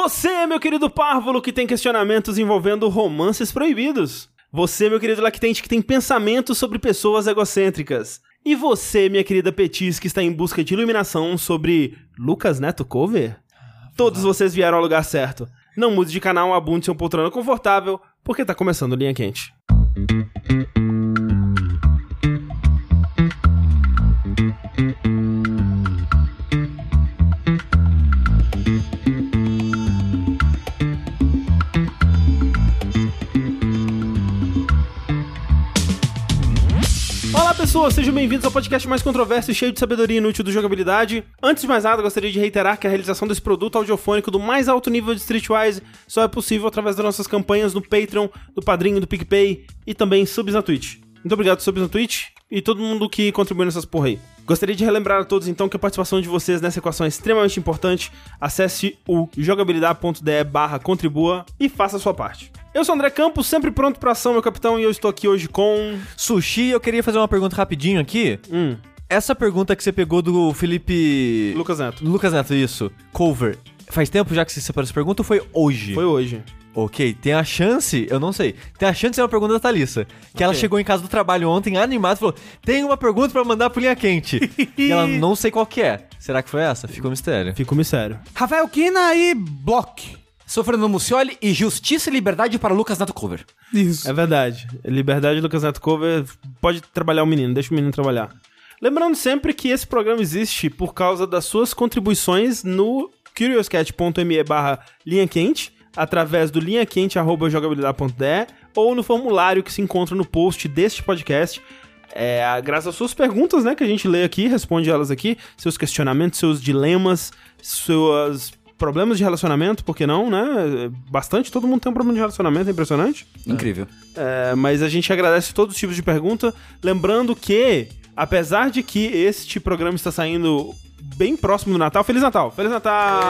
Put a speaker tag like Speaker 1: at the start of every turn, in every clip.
Speaker 1: Você, meu querido párvulo, que tem questionamentos envolvendo romances proibidos. Você, meu querido lactente, que tem pensamentos sobre pessoas egocêntricas. E você, minha querida Petis, que está em busca de iluminação sobre Lucas Neto Cover? Todos vocês vieram ao lugar certo. Não mude de canal, abunde seu poltrona confortável, porque tá começando Linha Quente. Olá pessoas, sejam bem-vindos ao podcast mais controverso e cheio de sabedoria inútil do jogabilidade. Antes de mais nada, gostaria de reiterar que a realização desse produto audiofônico do mais alto nível de Streetwise só é possível através das nossas campanhas no Patreon, do Padrinho, do PicPay e também subs na Twitch. Muito obrigado, subs na Twitch e todo mundo que contribuiu nessas porra aí. Gostaria de relembrar a todos então que a participação de vocês nessa equação é extremamente importante. Acesse o jogabilidade.de barra contribua e faça a sua parte. Eu sou o André Campos, sempre pronto pra ação, meu capitão, e eu estou aqui hoje com...
Speaker 2: Sushi, eu queria fazer uma pergunta rapidinho aqui.
Speaker 1: Hum,
Speaker 2: Essa pergunta que você pegou do Felipe.
Speaker 1: Lucas Neto.
Speaker 2: Lucas Neto, isso. Cover. Faz tempo já que você separou essa pergunta ou foi hoje?
Speaker 1: Foi hoje.
Speaker 2: Ok, tem a chance, eu não sei. Tem a chance de ser uma pergunta da Thalissa. Que ela
Speaker 1: Ok.
Speaker 2: chegou em casa do trabalho ontem, animada, e falou: Tem uma pergunta pra mandar pro linha quente. e ela não sei qual que é. Será que foi essa? Ficou um mistério.
Speaker 1: Fico mistério.
Speaker 3: Rafael Kina e Block. Sofrendo Mucioli e Justiça e Liberdade para Lucas Neto Cover. Isso.
Speaker 1: É verdade. Liberdade Lucas Neto Cover pode trabalhar o menino, deixa o menino trabalhar. Lembrando sempre que esse programa existe por causa das suas contribuições no curiouscat.me barra linha quente, através do linhaquente.jogabilidade.de ou no formulário que se encontra no post deste podcast. É, a- graças às suas perguntas, né, que a gente lê aqui, responde elas aqui, seus questionamentos, seus dilemas, seus problemas de relacionamento, por que não, né? Bastante, todo mundo tem um problema de relacionamento, é impressionante.
Speaker 3: Incrível.
Speaker 1: É, mas a gente agradece todos os tipos de pergunta. Lembrando que, apesar de que este programa está saindo bem próximo do Natal, Feliz Natal! Feliz Natal!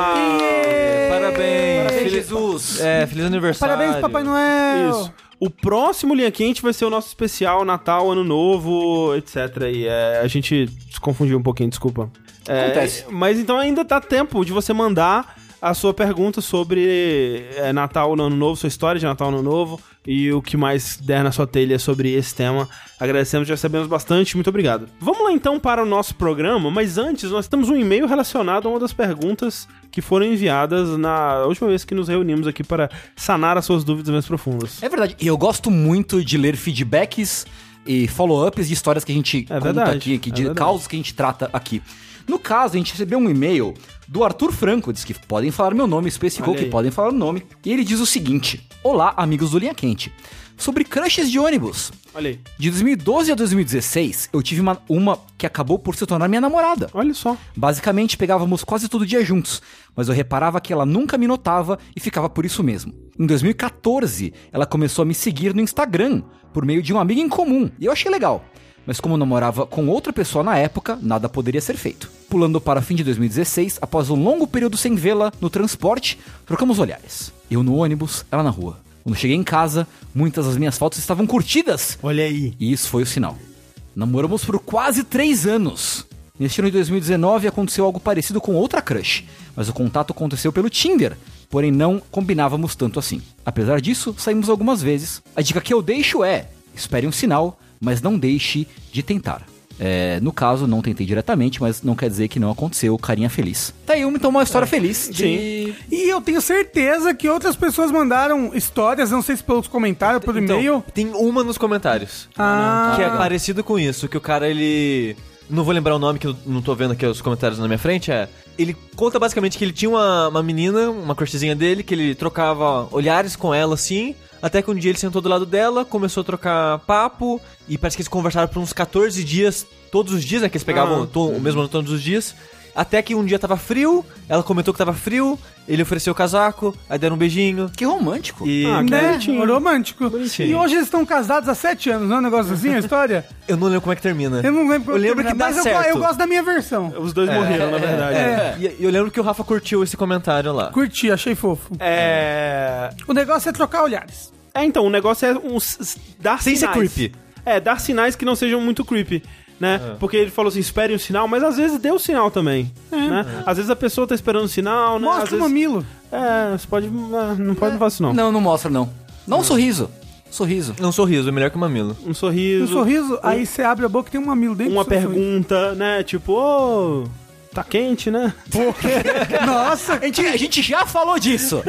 Speaker 2: Parabéns,
Speaker 3: Parabéns,
Speaker 2: Feliz-
Speaker 3: Jesus.
Speaker 2: É, feliz aniversário.
Speaker 3: Parabéns, Papai Noel.
Speaker 1: Isso. O próximo Linha Quente vai ser o nosso especial Natal, Ano Novo, etc. E é, a gente se confundiu um pouquinho, desculpa. É,
Speaker 3: Acontece.
Speaker 1: Mas então ainda tá tempo de você mandar a sua pergunta sobre é, Natal, Ano Novo, sua história de Natal, Ano Novo e o que mais der na sua telha sobre esse tema. Agradecemos, já recebemos bastante, muito obrigado. Vamos lá então para o nosso programa, mas antes nós temos um e-mail relacionado a uma das perguntas que foram enviadas na última vez que nos reunimos aqui para sanar as suas dúvidas mais profundas.
Speaker 3: É verdade. E eu gosto muito de ler feedbacks e follow-ups de histórias que a gente conta
Speaker 1: verdade,
Speaker 3: aqui, que
Speaker 1: é
Speaker 3: de
Speaker 1: verdade.
Speaker 3: causos que a gente trata aqui. No caso, a gente recebeu um e-mail do Arthur Franco, diz que podem falar meu nome, especificou
Speaker 1: Olha
Speaker 3: que
Speaker 1: aí.
Speaker 3: podem falar o nome. E ele diz o seguinte: Olá, amigos do Linha Quente. Sobre crushes de ônibus.
Speaker 1: Olha aí.
Speaker 3: De 2012 a 2016, eu tive uma, uma que acabou por se tornar minha namorada.
Speaker 1: Olha só.
Speaker 3: Basicamente, pegávamos quase todo dia juntos, mas eu reparava que ela nunca me notava e ficava por isso mesmo. Em 2014, ela começou a me seguir no Instagram, por meio de uma amiga em comum, e eu achei legal. Mas como eu namorava com outra pessoa na época, nada poderia ser feito. Pulando para o fim de 2016, após um longo período sem vê-la no transporte, trocamos olhares. Eu no ônibus, ela na rua. Quando cheguei em casa, muitas das minhas fotos estavam curtidas
Speaker 1: Olha aí.
Speaker 3: e isso foi o sinal. Namoramos por quase três anos. Neste ano de 2019 aconteceu algo parecido com outra crush, mas o contato aconteceu pelo Tinder, porém não combinávamos tanto assim. Apesar disso, saímos algumas vezes. A dica que eu deixo é: espere um sinal, mas não deixe de tentar. É, no caso, não tentei diretamente, mas não quer dizer que não aconteceu. Carinha feliz. Tá aí, uma- então, uma história feliz.
Speaker 1: Sim.
Speaker 4: E eu tenho certeza que outras pessoas mandaram histórias, não sei se pelos comentários, pelo
Speaker 2: Então,
Speaker 4: e-mail.
Speaker 2: tem uma nos comentários.
Speaker 4: Ah.
Speaker 1: tá.
Speaker 2: Que é parecido com isso, que o cara, ele... Não vou lembrar o nome, que eu não tô vendo aqui os comentários na minha frente, é... Ele conta basicamente que ele tinha uma, uma menina, uma crushzinha dele, que ele trocava olhares com ela, assim... Até que um dia ele sentou do lado dela, começou a trocar papo... E parece que eles conversaram por uns 14 dias, todos os dias, né? Que eles pegavam
Speaker 1: Ah.
Speaker 2: to- o mesmo ano todos os dias... Até que um dia tava frio, ela comentou que tava frio, ele ofereceu o casaco, aí deram um beijinho.
Speaker 3: Que romântico.
Speaker 2: E
Speaker 1: Ah, que
Speaker 4: né?
Speaker 1: bonitinho.
Speaker 4: Romântico.
Speaker 2: Bonitinho.
Speaker 4: E hoje eles estão casados há sete anos, não é um negócio assim a história?
Speaker 2: eu não lembro como é que termina.
Speaker 4: Eu não lembro
Speaker 2: Eu lembro que dá
Speaker 4: mas eu, go-
Speaker 2: certo.
Speaker 4: eu gosto da minha versão.
Speaker 1: Os dois morreram, na verdade. É.
Speaker 2: E e eu lembro que o Rafa curtiu esse comentário lá.
Speaker 4: Curti, achei fofo.
Speaker 1: É...
Speaker 4: O negócio é trocar olhares.
Speaker 1: então, o negócio é um, s- s- dar
Speaker 2: Sem ser
Speaker 1: sinais.
Speaker 2: creepy.
Speaker 1: É, dar sinais que não sejam muito creepy. né? Porque ele falou assim, esperem o sinal, mas às vezes deu o sinal também, né? Às vezes a pessoa tá esperando o sinal, né? às
Speaker 4: É. Mostra o
Speaker 1: vezes...
Speaker 4: mamilo. Um
Speaker 1: É, você pode... Não pode, não fazer isso não.
Speaker 3: Não, não mostra, não. Não um sorriso. Sorriso.
Speaker 2: Não, um sorriso é melhor que o mamilo.
Speaker 1: Um sorriso,
Speaker 4: Um sorriso, aí você abre a boca e tem um mamilo dentro
Speaker 1: uma
Speaker 4: do seu sorriso.
Speaker 1: pergunta, né? Tipo, ô... tá quente, né?
Speaker 4: Nossa,
Speaker 3: A gente, É, a gente já falou disso.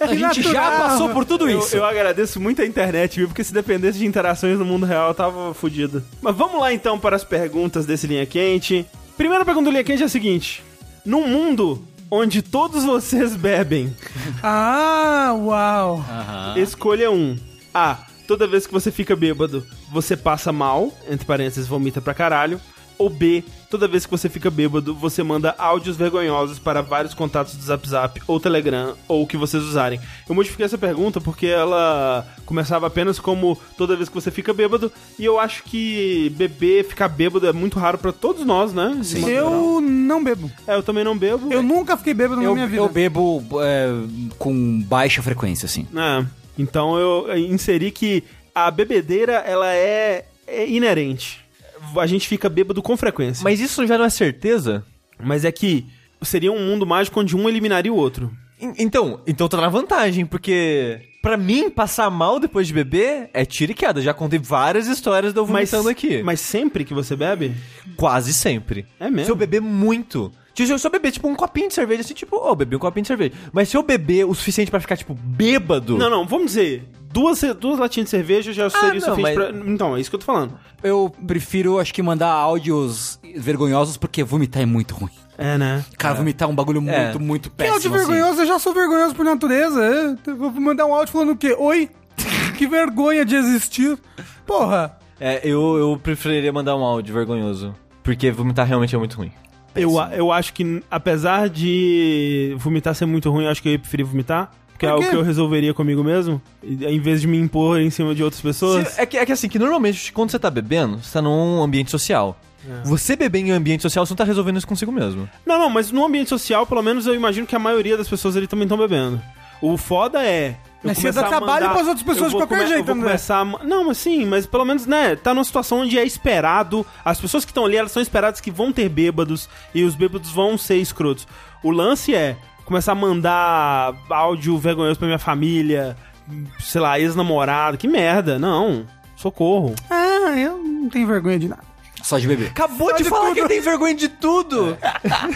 Speaker 3: A gente já
Speaker 4: natural.
Speaker 3: passou por tudo
Speaker 1: Eu,
Speaker 3: isso.
Speaker 1: eu agradeço muito a internet, viu? Porque se dependesse de interações no mundo real, eu tava fudido. Mas vamos lá então para as perguntas desse Linha Quente. Primeira pergunta do Linha Quente é a seguinte: Num mundo onde todos vocês bebem,
Speaker 4: Ah, uau.
Speaker 1: escolha um. A. Toda vez que você fica bêbado, você passa mal, entre parênteses, vomita pra caralho. Ou B. Toda vez que você fica bêbado, você manda áudios vergonhosos para vários contatos do Zap Zap ou Telegram ou o que vocês usarem. Eu modifiquei essa pergunta porque ela começava apenas como toda vez que você fica bêbado e eu acho que beber, ficar bêbado é muito raro pra todos nós, né? Sim.
Speaker 4: Eu não bebo.
Speaker 1: É, eu também não bebo.
Speaker 4: Eu nunca fiquei bêbado na
Speaker 3: Eu,
Speaker 4: minha vida.
Speaker 3: eu bebo é, com baixa frequência, assim.
Speaker 1: É, então eu inseri que a bebedeira, ela é, é inerente. A gente fica bêbado com frequência. Mas,
Speaker 2: Mas isso já não é certeza?
Speaker 1: é que seria um mundo mágico onde um eliminaria o outro.
Speaker 2: En- Então, então tá na vantagem, porque pra mim passar mal depois de beber é tiro e queda. Já contei várias histórias de eu
Speaker 1: Mas,
Speaker 2: vomitando aqui.
Speaker 1: mas sempre que você bebe,
Speaker 2: Quase sempre.
Speaker 1: É mesmo?
Speaker 2: Se eu beber muito. Tipo, Se eu só beber, tipo, um copinho de cerveja, assim, tipo, ô, bebi um copinho de cerveja. Mas se eu beber o suficiente pra ficar, tipo, bêbado.
Speaker 1: Não, não, vamos dizer. Duas, duas latinhas de cerveja já seria o
Speaker 2: não,
Speaker 1: suficiente
Speaker 2: mas-
Speaker 1: pra. Então, é isso que eu tô falando.
Speaker 3: Eu prefiro, acho que, mandar áudios vergonhosos, porque vomitar é muito ruim.
Speaker 1: É, né?
Speaker 3: Cara, vomitar é um bagulho muito, muito
Speaker 4: Que áudio
Speaker 3: péssimo, assim.
Speaker 4: vergonhoso, eu já sou vergonhoso por natureza. Eu vou mandar um áudio falando o quê? Oi? que vergonha de existir. Porra.
Speaker 2: É, eu, eu preferiria mandar um áudio vergonhoso. Porque vomitar realmente é muito ruim.
Speaker 1: Eu, a- eu acho que, apesar de vomitar ser muito ruim, eu acho que eu ia preferir vomitar. Que é
Speaker 4: Por
Speaker 1: o
Speaker 4: quê?
Speaker 1: que eu resolveria comigo mesmo. e- Em vez de me impor em cima de outras pessoas.
Speaker 2: Se- é, que, é que assim, que normalmente quando você tá bebendo, você tá num ambiente social.
Speaker 4: É.
Speaker 2: Você beber em um ambiente social, você não tá resolvendo isso consigo mesmo.
Speaker 1: Não, não, mas no ambiente social, pelo menos eu imagino que a maioria das pessoas ali também estão bebendo. O foda é. eu
Speaker 4: Mas você dá
Speaker 1: começar a
Speaker 4: trabalho
Speaker 1: mandar-
Speaker 4: pras outras pessoas
Speaker 1: eu vou
Speaker 4: de qualquer
Speaker 1: come-
Speaker 4: jeito,
Speaker 1: eu vou
Speaker 4: André.
Speaker 1: começar a ma- Não, mas sim, mas pelo menos, né, tá numa situação onde é esperado. As pessoas que estão ali, elas são esperadas que vão ter bêbados e os bêbados vão ser escrotos. O lance é começar a mandar áudio vergonhoso pra minha família, sei lá, ex-namorado, que merda, não. Socorro.
Speaker 4: Ah, eu não tenho vergonha de nada.
Speaker 3: Só de beber.
Speaker 2: Acabou
Speaker 4: de falar que
Speaker 2: tem vergonha de tudo!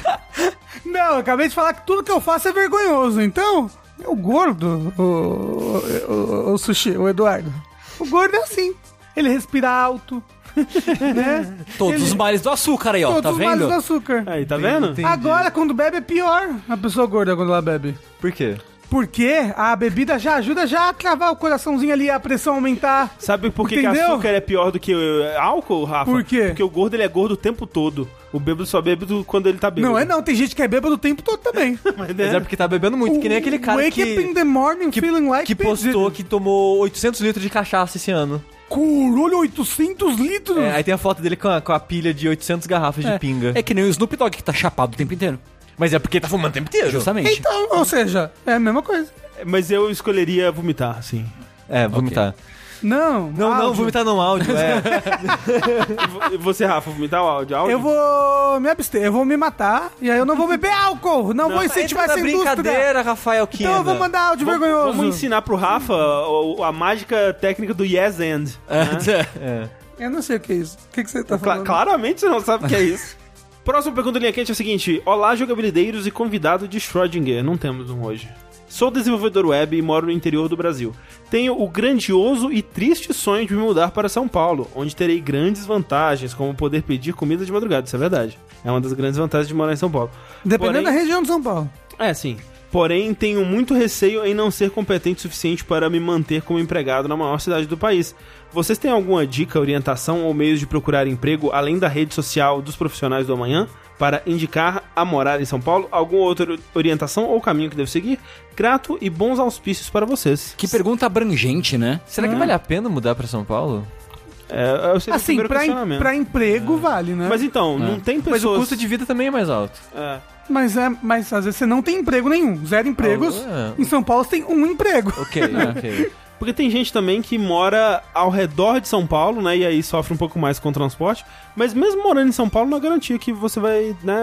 Speaker 4: Não, eu acabei de falar que tudo que eu faço é vergonhoso. Então, o gordo, o, o, o- o sushi, o Eduardo. O gordo é assim. Ele respira alto. né?
Speaker 3: Todos os males do açúcar aí, ó.
Speaker 4: Todos
Speaker 3: Tá
Speaker 4: os males
Speaker 3: vendo?
Speaker 4: do açúcar.
Speaker 1: Aí, tá vendo?
Speaker 4: Agora, quando bebe, é pior a pessoa gorda quando ela bebe.
Speaker 2: Por quê?
Speaker 4: Porque a bebida já ajuda já a travar o coraçãozinho ali, a pressão aumentar.
Speaker 1: Sabe por que, que
Speaker 4: Entendeu?
Speaker 1: açúcar é pior do que eh, álcool, Rafa?
Speaker 4: Por quê?
Speaker 1: Porque o gordo ele é gordo o tempo todo. O bêbado só bebe do- quando ele tá bêbado.
Speaker 4: Não é não, tem gente que é bêbado o tempo todo também.
Speaker 1: Mas,
Speaker 2: Mas
Speaker 1: né?
Speaker 2: é porque tá bebendo muito, que nem aquele cara
Speaker 4: Wake up in
Speaker 2: que,
Speaker 4: the morning feeling like
Speaker 2: que postou que tomou 800 litros de cachaça esse ano.
Speaker 4: Curulho 800 litros.
Speaker 2: É, aí tem a foto dele com a, com a pilha de 800 garrafas de pinga.
Speaker 3: É que nem o Snoop Dogg que tá chapado o tempo inteiro.
Speaker 2: Mas é porque tá fumando o tempo inteiro.
Speaker 3: Justamente.
Speaker 4: Então, ou seja, é a mesma coisa.
Speaker 1: Mas eu escolheria vomitar, sim.
Speaker 2: É, vomitar.
Speaker 4: Não,
Speaker 2: Não, não,
Speaker 4: áudio.
Speaker 2: vomitar não, áudio. É.
Speaker 1: E vo- e você, Rafa, vomitar o áudio? áudio?
Speaker 4: Eu vou me abster, eu vou me matar e aí eu não vou beber álcool, não, vou incentivar
Speaker 2: Entra
Speaker 4: essa
Speaker 2: tá na
Speaker 4: indústria.
Speaker 2: brincadeira, Rafael Quina.
Speaker 4: Então eu vou mandar áudio
Speaker 1: Vamos-
Speaker 4: vergonhoso.
Speaker 1: Vamos ensinar pro Rafa o- a, mágica técnica do yes and. né?
Speaker 4: Eu não sei o que é isso. O que, que você tá
Speaker 1: Cla-
Speaker 4: falando?
Speaker 1: claramente você não sabe o que é isso. Próxima pergunta linha quente é a seguinte: Olá, jogabilideiros e convidado de Schrödinger. Não temos um hoje. Sou desenvolvedor web e moro no interior do Brasil. Tenho o grandioso e triste sonho de me mudar para São Paulo, onde terei grandes vantagens, como poder pedir comida de madrugada. Isso é verdade. É uma das grandes vantagens de morar em São Paulo.
Speaker 4: Dependendo
Speaker 1: Porém-
Speaker 4: da região de São Paulo.
Speaker 1: é, sim. Porém, tenho muito receio em não ser competente o suficiente para me manter como empregado na maior cidade do país. Vocês têm alguma dica, orientação ou meios de procurar emprego além da rede social dos profissionais do amanhã para indicar a morar em São Paulo? Alguma outra orientação ou caminho que devo seguir? Grato e bons auspícios para vocês.
Speaker 3: Que pergunta abrangente, né?
Speaker 2: Será
Speaker 4: Hum.
Speaker 2: que vale a pena mudar pra São Paulo?
Speaker 1: É, eu sei
Speaker 4: Assim, pra, em, pra
Speaker 2: É.
Speaker 4: emprego vale, né?
Speaker 1: Mas então, não tem
Speaker 2: Mas o
Speaker 1: pessoas...
Speaker 2: custo de vida também é mais alto.
Speaker 1: É.
Speaker 4: Mas, é, mas às vezes você não tem emprego nenhum. Zero empregos.
Speaker 2: Ah, é.
Speaker 4: Em São Paulo você tem um emprego.
Speaker 2: Ok, ok.
Speaker 1: Porque tem gente também que mora ao redor de São Paulo, né? E aí sofre um pouco mais com o transporte. Mas mesmo morando em São Paulo, não é garantia que você vai, né?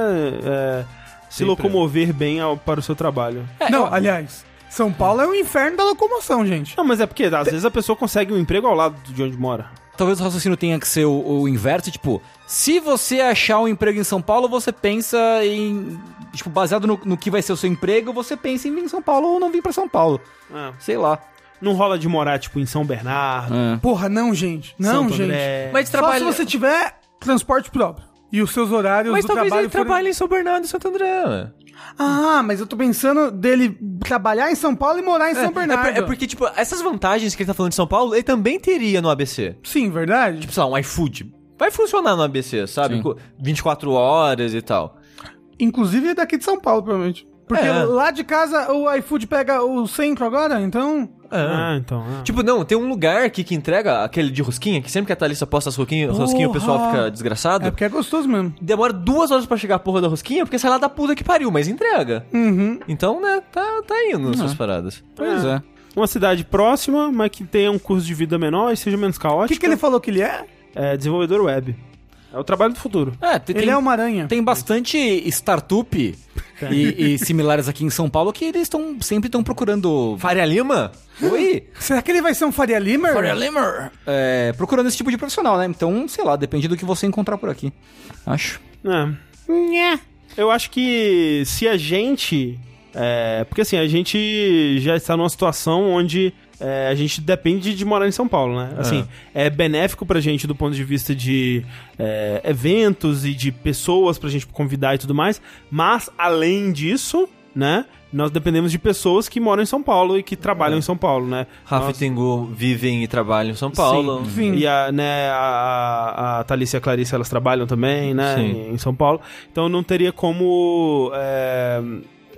Speaker 1: é, se
Speaker 2: Sempre.
Speaker 1: locomover bem ao- para o seu trabalho.
Speaker 4: não, aliás, São Paulo é o inferno da locomoção, gente.
Speaker 1: Não, mas é porque às vezes a pessoa consegue um emprego ao lado de onde mora.
Speaker 3: Talvez o raciocínio tenha que ser o, o inverso, tipo, se você achar um emprego em São Paulo, você pensa em. Tipo, baseado no, no que vai ser o seu emprego, você pensa em vir em São Paulo ou não vir pra São Paulo.
Speaker 1: É.
Speaker 3: Sei lá.
Speaker 1: Não rola de morar, tipo, em São Bernardo,
Speaker 4: Porra, não, gente. Não,
Speaker 1: Santo
Speaker 4: gente.
Speaker 1: André.
Speaker 2: Mas
Speaker 4: Trabalho...
Speaker 2: trabalha.
Speaker 4: Só se você tiver transporte próprio. E os seus horários
Speaker 2: Mas
Speaker 4: do
Speaker 2: talvez
Speaker 4: trabalho
Speaker 2: ele trabalhe em São Bernardo e Santo André, ué.
Speaker 4: Ah, mas eu tô pensando dele trabalhar em São Paulo e morar em São Bernardo.
Speaker 2: É, por- é porque, tipo, essas vantagens que ele tá falando de São Paulo, ele também teria no ABC.
Speaker 4: Sim, verdade.
Speaker 2: Tipo, sei lá, um iFood. Vai funcionar no ABC, sabe?
Speaker 3: Sim.
Speaker 2: Co- 24 horas e tal.
Speaker 4: Inclusive daqui de São Paulo, provavelmente. Porque
Speaker 2: É.
Speaker 4: lá de casa o iFood pega o centro agora, então.
Speaker 1: Ah, então. ah.
Speaker 2: Tipo, não, tem um lugar aqui que entrega aquele de rosquinha, que sempre que a Thalissa posta as rosquinhas, rosquinha o pessoal fica desgraçado.
Speaker 4: É porque é gostoso mesmo.
Speaker 2: Demora duas horas pra chegar a porra da rosquinha, porque sai lá da puta que pariu, mas entrega.
Speaker 4: Uhum.
Speaker 2: Então, né, tá, tá indo essas paradas.
Speaker 3: Pois é.
Speaker 1: Uma cidade próxima, mas que tenha um curso de vida menor e seja menos
Speaker 4: O
Speaker 1: caótico.
Speaker 4: que, que ele falou que ele é?
Speaker 1: É desenvolvedor web. É o trabalho do futuro.
Speaker 3: É, tem,
Speaker 4: Ele
Speaker 3: tem,
Speaker 4: é uma aranha.
Speaker 3: tem bastante startup e, e similares aqui em São Paulo que eles estão sempre estão procurando.
Speaker 2: Faria Lima? Oi?
Speaker 4: Será que ele vai ser um Faria Limer?
Speaker 3: Limer! É, procurando esse tipo de profissional, né? Então, sei lá, depende do que você encontrar por aqui. Acho.
Speaker 1: É. Eu acho que se a gente. é, porque assim, a gente já está numa situação onde é, a gente depende de morar em São Paulo, né? Assim, é benéfico pra gente do ponto de vista de é, eventos e de pessoas pra gente convidar e tudo mais, mas além disso, né? Nós dependemos de pessoas que moram em São Paulo e que trabalham em São Paulo, né?
Speaker 2: Rafa
Speaker 1: Nós-
Speaker 2: e Tengu vivem e trabalham em São Paulo.
Speaker 4: Sim.
Speaker 1: E a, né, a, a- a Thalissa e a Clarice, elas trabalham também, né?
Speaker 2: Sim.
Speaker 1: Em São Paulo. Então não teria como é,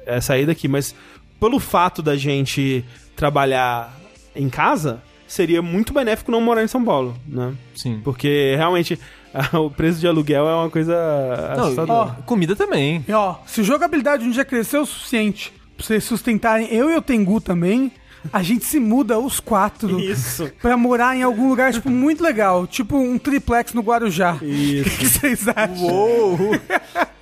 Speaker 1: é, sair daqui. Mas pelo fato da gente trabalhar em casa, seria muito benéfico não morar em São Paulo, né?
Speaker 2: Sim.
Speaker 1: Porque realmente o preço de aluguel é uma coisa
Speaker 2: Não,
Speaker 1: assustadora.
Speaker 2: e- comida também.
Speaker 4: E ó, se jogabilidade um dia crescer o suficiente pra vocês sustentarem eu e o Tengu também, a gente se muda os quatro
Speaker 1: Isso.
Speaker 4: pra morar em algum lugar, tipo, muito legal. Tipo um triplex no Guarujá. O
Speaker 1: Isso.
Speaker 4: que que vocês acham?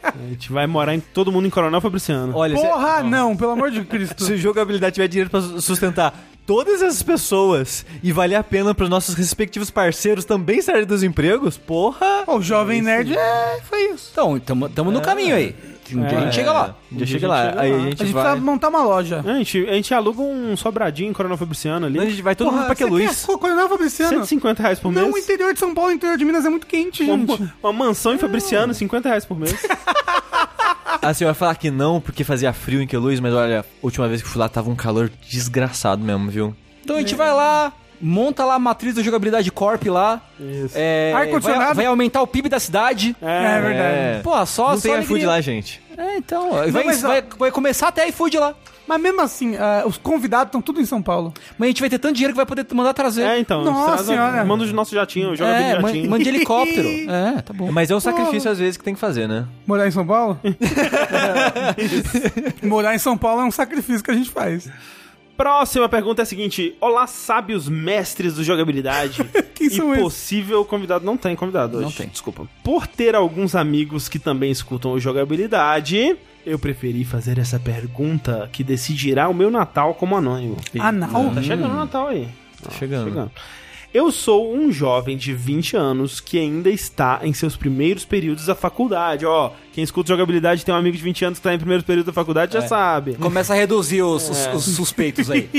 Speaker 1: A gente vai morar em todo mundo em Coronel Fabriciano.
Speaker 2: Olha, se-
Speaker 4: Porra, não, pelo amor de Cristo.
Speaker 2: se a jogabilidade tiver dinheiro pra su- sustentar todas essas pessoas e valer a pena pros nossos respectivos parceiros também saírem dos empregos, porra...
Speaker 4: Ó, o Jovem Nerd é, foi isso.
Speaker 3: Então, estamos
Speaker 4: É.
Speaker 3: no caminho aí. Um dia a gente chega lá.
Speaker 2: Um dia chega lá. Aí a gente
Speaker 4: A gente
Speaker 2: vai...
Speaker 4: precisa montar uma loja.
Speaker 1: A gente, a gente aluga um sobradinho em Coronel Fabriciano ali.
Speaker 2: Não, a gente vai todo mundo pra
Speaker 4: você
Speaker 2: Queluz.
Speaker 4: tem a Coronel Fabriciano?
Speaker 1: 150 reais por mês.
Speaker 4: Não, o interior de São Paulo, o interior de Minas é muito quente, gente.
Speaker 1: Uma, uma mansão em Fabriciano, 50 reais por mês.
Speaker 2: Ah, você vai falar que não, porque fazia frio em Queluz, mas olha, a última vez que eu fui lá tava um calor desgraçado mesmo, viu?
Speaker 3: Então a gente vai lá, monta lá a matriz da jogabilidade Corp lá.
Speaker 1: Isso.
Speaker 3: É,
Speaker 4: Ar-condicionado.
Speaker 3: Vai, vai aumentar o PIB da cidade.
Speaker 4: É verdade.
Speaker 2: É.
Speaker 3: Pô, só.
Speaker 2: não
Speaker 3: só
Speaker 2: tem
Speaker 3: alegria.
Speaker 2: iFood lá, gente.
Speaker 3: É, então. ó, vai,
Speaker 4: mas, ó-
Speaker 3: vai- vai começar até iFood lá.
Speaker 4: Mas mesmo assim, ah, os convidados estão tudo em São Paulo.
Speaker 3: Mas a gente vai ter tanto dinheiro que vai poder mandar trazer.
Speaker 1: É, então.
Speaker 4: Nossa
Speaker 1: traz a-
Speaker 4: senhora.
Speaker 1: Manda o nosso jatinho, joga
Speaker 3: É,
Speaker 1: bem
Speaker 3: man-
Speaker 1: jatinho.
Speaker 3: manda de helicóptero. é, tá bom.
Speaker 2: Mas é um sacrifício às vezes que tem que fazer, né?
Speaker 4: Morar em São Paulo? Morar em São Paulo é um sacrifício que a gente faz.
Speaker 1: Próxima pergunta é a seguinte: Olá, sábios mestres do jogabilidade.
Speaker 4: Quem são
Speaker 1: e
Speaker 4: esses?
Speaker 1: possível convidado. Não tem convidado hoje.
Speaker 3: Não tem.
Speaker 1: Desculpa. Por ter alguns amigos que também escutam o jogabilidade, eu preferi fazer essa pergunta que decidirá o meu Natal como anônimo.
Speaker 4: Anal?
Speaker 1: Tá chegando o Natal aí.
Speaker 2: Tá chegando.
Speaker 1: Chegando. Eu sou um jovem de 20 anos que ainda está em seus primeiros períodos da faculdade. Ó, quem escuta jogabilidade e tem um amigo de 20 anos que está em primeiro período da faculdade já sabe.
Speaker 3: Começa a reduzir os, os- os suspeitos aí.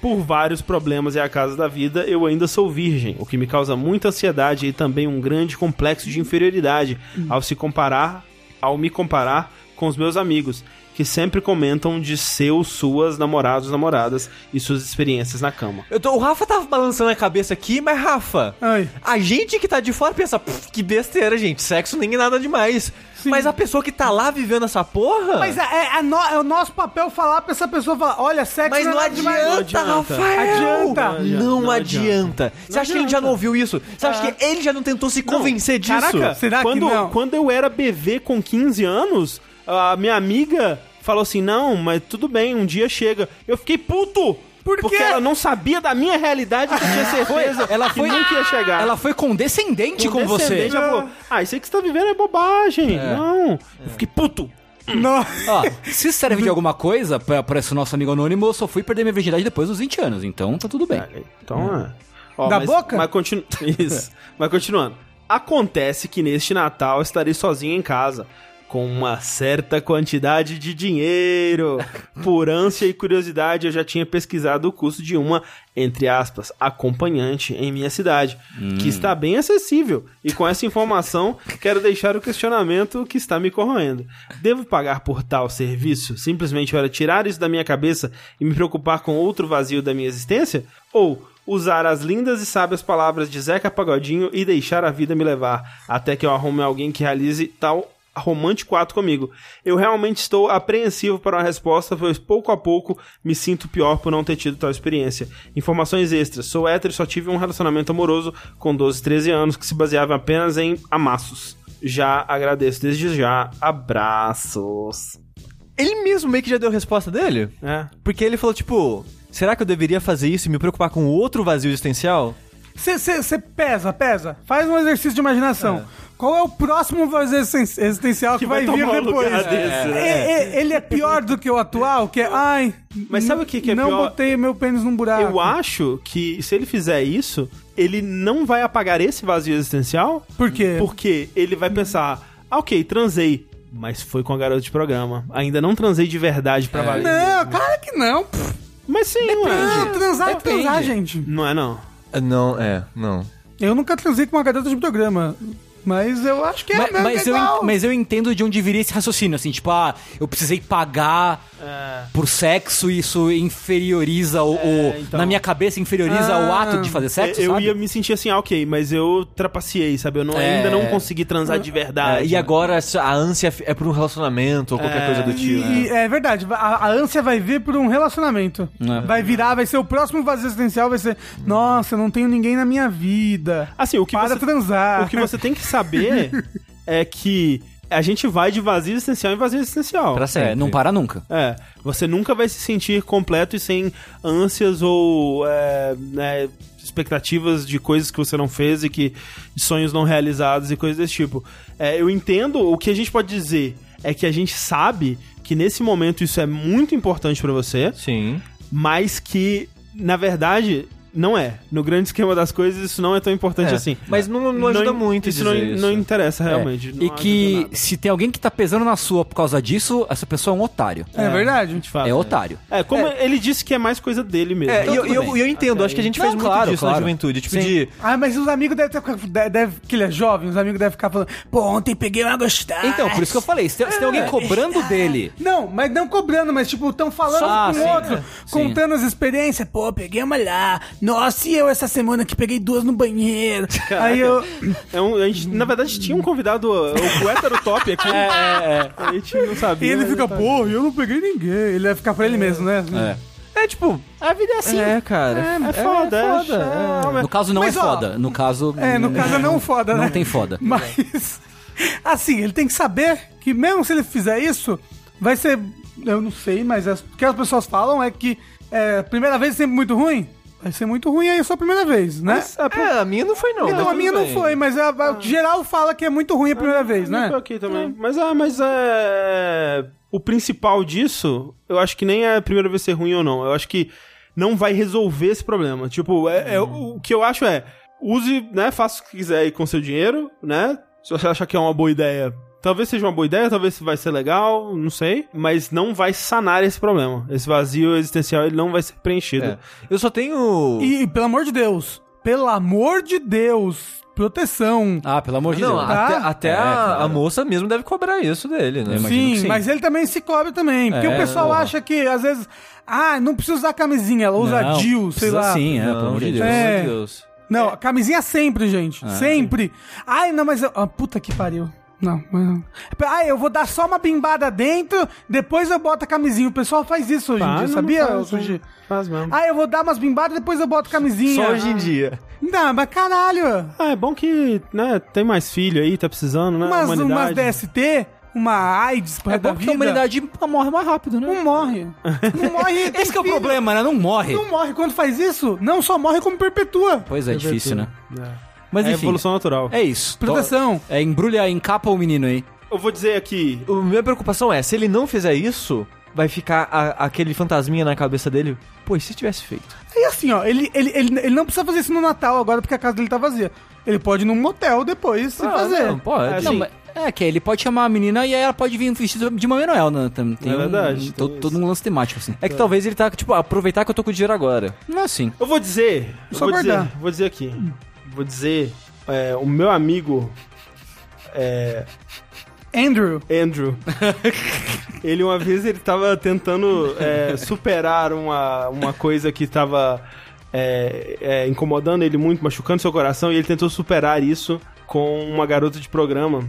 Speaker 1: Por vários problemas e acasos da vida, eu ainda sou virgem, o que me causa muita ansiedade e também um grande complexo de inferioridade ao se comparar, ao me comparar com os meus amigos, que sempre comentam de seus, suas namorados, namoradas e suas experiências na cama.
Speaker 2: Eu tô- o Rafa tava balançando a cabeça aqui, mas Rafa,
Speaker 4: Ai.
Speaker 2: a gente que tá de fora pensa, "Pff, que besteira, gente, sexo nem é nada demais. Mas a pessoa que tá lá vivendo essa porra.
Speaker 4: Mas é, é- é no- é o nosso papel falar pra essa pessoa falar: olha, sexo é
Speaker 2: Mas não
Speaker 4: nada demais.
Speaker 2: adianta,
Speaker 1: Não adianta.
Speaker 2: Rafael!
Speaker 4: Adianta.
Speaker 2: Não,
Speaker 1: Não
Speaker 2: adianta.
Speaker 1: adianta.
Speaker 2: Você acha que ele já não ouviu isso? Você acha que ele já não tentou se convencer disso?
Speaker 1: Caraca,
Speaker 4: Será que
Speaker 1: quando,
Speaker 4: não?
Speaker 1: quando eu era BV com 15 anos, a minha amiga falou assim: não, mas tudo bem, um dia chega. Eu fiquei puto!
Speaker 4: Por
Speaker 1: Porque
Speaker 4: quê?
Speaker 1: ela não sabia da minha realidade que eu tinha certeza
Speaker 3: ela foi-
Speaker 1: que nunca ia chegar. Um
Speaker 3: Ela foi condescendente com você. É.
Speaker 1: Descendente, Tá. ela falou, ah, isso aí que você tá vivendo é bobagem. Não. Eu fiquei puto.
Speaker 4: Nossa.
Speaker 3: Ó, se serve de alguma coisa pra, pra esse nosso amigo anônimo, eu só fui perder minha virgindade depois dos 20 anos, então tá tudo bem.
Speaker 1: Então, é. Ó,
Speaker 4: Da
Speaker 1: mas-
Speaker 4: boca?
Speaker 1: Mas, continu... Isso. mas continuando. Acontece que neste Natal eu estarei sozinho em casa, com uma certa quantidade de dinheiro. Por ânsia e curiosidade, eu já tinha pesquisado o custo de uma, entre aspas, acompanhante em minha cidade, que está bem acessível. E com essa informação, quero deixar o questionamento que está me corroendo. Devo pagar por tal serviço? Simplesmente para tirar isso da minha cabeça e me preocupar com outro vazio da minha existência? Ou usar as lindas e sábias palavras de Zeca Pagodinho e deixar a vida me levar, até que eu arrume alguém que realize tal romântico ato comigo. Eu realmente estou apreensivo para uma resposta, pois pouco a pouco me sinto pior por não ter tido tal experiência. Informações extras. Sou hétero e só tive um relacionamento amoroso com 12, 13 anos que se baseava apenas em amassos. Já agradeço desde já. Abraços.
Speaker 2: Ele mesmo meio que já deu a resposta dele.
Speaker 1: É.
Speaker 2: Porque ele falou, tipo, será que eu deveria fazer isso e me preocupar com outro vazio existencial?
Speaker 4: Você pesa, pesa. Faz um exercício de imaginação. Qual é o próximo vazio existen- existencial que,
Speaker 1: vai
Speaker 4: vai, vir
Speaker 1: tomar o
Speaker 4: depois?
Speaker 1: lugar desse, né?
Speaker 4: É, é, ele é pior do que o atual, que é. Ai.
Speaker 1: Mas
Speaker 4: n-
Speaker 1: sabe o que que é
Speaker 4: Não
Speaker 1: pior?
Speaker 4: botei meu pênis num buraco.
Speaker 1: Eu acho que se ele fizer isso, ele não vai apagar esse vazio existencial,
Speaker 4: Por quê?
Speaker 1: porque ele vai pensar, ah, ok, transei, mas foi com a garota de programa. Ainda não transei de verdade pra valer.
Speaker 4: Não, claro que não. Pff,
Speaker 1: Mas sim,
Speaker 4: não,
Speaker 1: ué.
Speaker 4: transar é
Speaker 3: Depende.
Speaker 4: transar, gente.
Speaker 1: Não é não.
Speaker 2: Ah, Não, é, não.
Speaker 4: Eu nunca transei com uma garota de programa. Mas eu acho que é
Speaker 3: Ma-
Speaker 4: mesmo
Speaker 3: mas, eu,
Speaker 4: legal.
Speaker 3: en- mas eu entendo de onde viria esse raciocínio, assim, tipo, ah, eu precisei pagar por sexo e isso inferioriza o. o-
Speaker 1: então.
Speaker 3: Na minha cabeça, inferioriza
Speaker 4: Ah.
Speaker 3: o ato de fazer sexo,
Speaker 1: eu
Speaker 3: sabe?
Speaker 1: ia me sentir assim, ah, ok, mas eu trapaceei, sabe? Eu não-
Speaker 3: É.
Speaker 1: ainda não consegui transar de
Speaker 2: É,
Speaker 1: verdade.
Speaker 2: e agora essa- a ânsia é por um relacionamento ou qualquer coisa do tipo.
Speaker 4: E, é verdade, a, a ânsia vai vir por um relacionamento.
Speaker 3: É.
Speaker 4: Vai virar, vai ser o próximo vazio existencial, vai ser, nossa, eu não tenho ninguém na minha vida.
Speaker 1: Assim, o que
Speaker 4: para
Speaker 1: você
Speaker 4: transar.
Speaker 1: O que você tem que saber é que a gente vai de vazio existencial em vazio existencial.
Speaker 2: Pra
Speaker 3: É,
Speaker 2: sempre.
Speaker 3: não para nunca.
Speaker 1: É, você nunca vai se sentir completo e sem ânsias ou é, né, expectativas de coisas que você não fez e que de sonhos não realizados e coisas desse tipo. É, eu entendo o que a gente pode dizer é que a gente sabe que nesse momento isso é muito importante pra você,
Speaker 2: Sim.
Speaker 1: mas que na verdade não é. No grande esquema das coisas isso não é tão importante
Speaker 2: É,
Speaker 1: assim.
Speaker 2: Mas não, não ajuda muito
Speaker 1: isso,
Speaker 2: dizer
Speaker 1: não,
Speaker 2: isso.
Speaker 1: não interessa
Speaker 3: É.
Speaker 1: realmente. não
Speaker 3: e que
Speaker 1: ajuda nada.
Speaker 3: se tem alguém que tá pesando na sua por causa disso, essa pessoa é um otário.
Speaker 4: É, verdade.
Speaker 1: de fato,
Speaker 3: É otário.
Speaker 1: É, como ele disse que é mais coisa dele mesmo.
Speaker 2: É,
Speaker 1: Então,
Speaker 2: e eu,
Speaker 1: tudo
Speaker 2: e eu-
Speaker 1: bem.
Speaker 2: e eu entendo, acho que a gente
Speaker 3: Não,
Speaker 2: fez muito
Speaker 3: claro,
Speaker 2: disso na
Speaker 3: claro.
Speaker 2: juventude. Tipo
Speaker 3: Sim.
Speaker 2: de.
Speaker 4: Ah, mas os amigos devem ter. Deve, deve, que ele é jovem, os amigos devem ficar falando, pô, ontem peguei uma gostosa.
Speaker 3: Então, por isso que eu falei, se tem, se tem alguém cobrando dele.
Speaker 4: Não, mas não cobrando, mas tipo, estão falando
Speaker 3: Só,
Speaker 4: com
Speaker 3: sim,
Speaker 4: o outro,
Speaker 3: é.
Speaker 4: contando as experiências. Pô, peguei uma lá. Nossa, e eu essa semana que peguei duas no banheiro. Aí eu.
Speaker 1: É um- a gente, na verdade, tinha um convidado, uh, o poeta do top aqui.
Speaker 2: É,
Speaker 1: A gente não
Speaker 4: E
Speaker 1: sabia.
Speaker 4: ele
Speaker 1: mas
Speaker 4: fica,
Speaker 1: tá-
Speaker 4: pô, eu não peguei ninguém. Ele vai ficar pra ele mesmo, né?
Speaker 2: É tipo.
Speaker 1: A vida é assim.
Speaker 2: É, cara.
Speaker 1: É foda, é foda.
Speaker 3: No caso, não
Speaker 4: Mas,
Speaker 3: é
Speaker 4: ó,
Speaker 3: foda. No caso. hum,
Speaker 4: É, no caso é não foda, né?
Speaker 3: Não tem foda.
Speaker 4: Mas, assim, ele tem que saber que mesmo se ele fizer isso, vai ser. Eu não sei, mas as- o que as pessoas falam é que é, primeira vez é sempre muito ruim. Vai ser muito ruim aí é só a primeira vez, né?
Speaker 2: É, a minha não foi, não.
Speaker 4: então
Speaker 2: mas
Speaker 4: a
Speaker 2: tudo
Speaker 4: minha não
Speaker 2: bem.
Speaker 4: foi, mas a, a- geral fala que é muito ruim a primeira vez, né?
Speaker 1: Ok também. Mas, ah, mas é... O principal disso, eu acho que nem é a primeira vez ser ruim ou não. Eu acho que não vai resolver esse problema. Tipo, é, é-
Speaker 4: Uhum.
Speaker 1: o que eu acho é... Use, né? Faça o que quiser aí com seu dinheiro, né? Se você achar que é uma boa ideia... Talvez seja uma boa ideia, talvez vai ser legal, não sei. Mas não vai sanar esse problema. Esse vazio existencial, ele não vai ser preenchido.
Speaker 2: É. Eu só tenho.
Speaker 4: E, e, pelo amor de Deus, pelo amor de Deus, proteção.
Speaker 3: Ah, pelo amor de
Speaker 2: Não,
Speaker 3: Deus.
Speaker 2: até,
Speaker 4: Tá?
Speaker 2: até
Speaker 3: É,
Speaker 2: a,
Speaker 3: claro.
Speaker 2: a moça mesmo deve cobrar isso dele, né?
Speaker 3: Eu imagino. que
Speaker 4: Sim,
Speaker 3: sim.
Speaker 4: mas ele também se cobre também. Porque
Speaker 3: É,
Speaker 4: o pessoal
Speaker 3: porra.
Speaker 4: acha que, às vezes, ah, não precisa usar camisinha, ela usa
Speaker 3: Não,
Speaker 4: Dil, sei
Speaker 3: precisa
Speaker 4: lá.
Speaker 3: Sim, é,
Speaker 2: Não,
Speaker 3: pelo amor de
Speaker 2: gente,
Speaker 3: Deus.
Speaker 4: É.
Speaker 2: amor de Deus.
Speaker 4: Não, a camisinha sempre, gente. sempre. Ai, não, mas. eu- Ah, puta que pariu. Não, não. Ai, eu vou dar só uma bimbada dentro, depois eu boto a camisinha. O pessoal faz isso hoje em
Speaker 1: Ah,
Speaker 4: dia,
Speaker 1: não
Speaker 4: sabia?
Speaker 1: faz,
Speaker 4: Sushi?
Speaker 1: Faz mesmo.
Speaker 4: Ah, eu vou dar umas bimbadas, depois eu boto a camisinha.
Speaker 2: Só hoje em dia.
Speaker 4: Não, mas caralho.
Speaker 1: Ah, é bom que, né, tem mais filho aí, tá precisando, né?
Speaker 4: Umas,
Speaker 1: humanidade.
Speaker 4: umas DST. uma AIDS pra
Speaker 3: É
Speaker 4: da
Speaker 3: bom porque
Speaker 4: vida,
Speaker 3: a humanidade morre mais rápido, né?
Speaker 4: não morre. Não morre. tem
Speaker 3: Esse que é o
Speaker 4: filho.
Speaker 3: problema, né? Não morre.
Speaker 4: Não morre. Quando faz isso, não só morre, como perpetua.
Speaker 3: Pois é, difícil, né? Mas
Speaker 1: É
Speaker 3: enfim,
Speaker 1: evolução natural.
Speaker 3: é isso.
Speaker 4: Proteção.
Speaker 3: É, embrulha aí, encapa o menino aí.
Speaker 1: Eu vou dizer aqui,
Speaker 2: A minha preocupação é, se ele não fizer isso, vai ficar a- aquele fantasminha na cabeça dele. Pô, e se tivesse feito?
Speaker 4: E assim, ó, ele, ele, ele, ele não precisa fazer isso no Natal agora porque a casa dele tá vazia. Ele pode ir num motel depois se fazer.
Speaker 2: Não, pode.
Speaker 1: É,
Speaker 3: Ah, Não,
Speaker 1: Sim.
Speaker 3: mas- é, que ele pode chamar a menina e aí ela pode vir vestida de Mamãe Noel, né? Tem, tem
Speaker 1: É
Speaker 3: um-
Speaker 1: verdade,
Speaker 3: to-
Speaker 1: tem
Speaker 3: todo um lance temático, assim.
Speaker 2: É que talvez ele tá, tipo, aproveitar que eu tô com o dinheiro agora.
Speaker 3: Não é assim.
Speaker 1: Eu vou dizer. Eu
Speaker 4: Só
Speaker 1: vou dizer,
Speaker 4: guardar.
Speaker 1: vou dizer aqui. Vou dizer. é, o meu amigo é,
Speaker 4: Andrew.
Speaker 1: Andrew. ele uma vez ele tava tentando é, superar uma, uma coisa que tava é, é, incomodando ele muito, machucando seu coração, e ele tentou superar isso com uma garota de programa.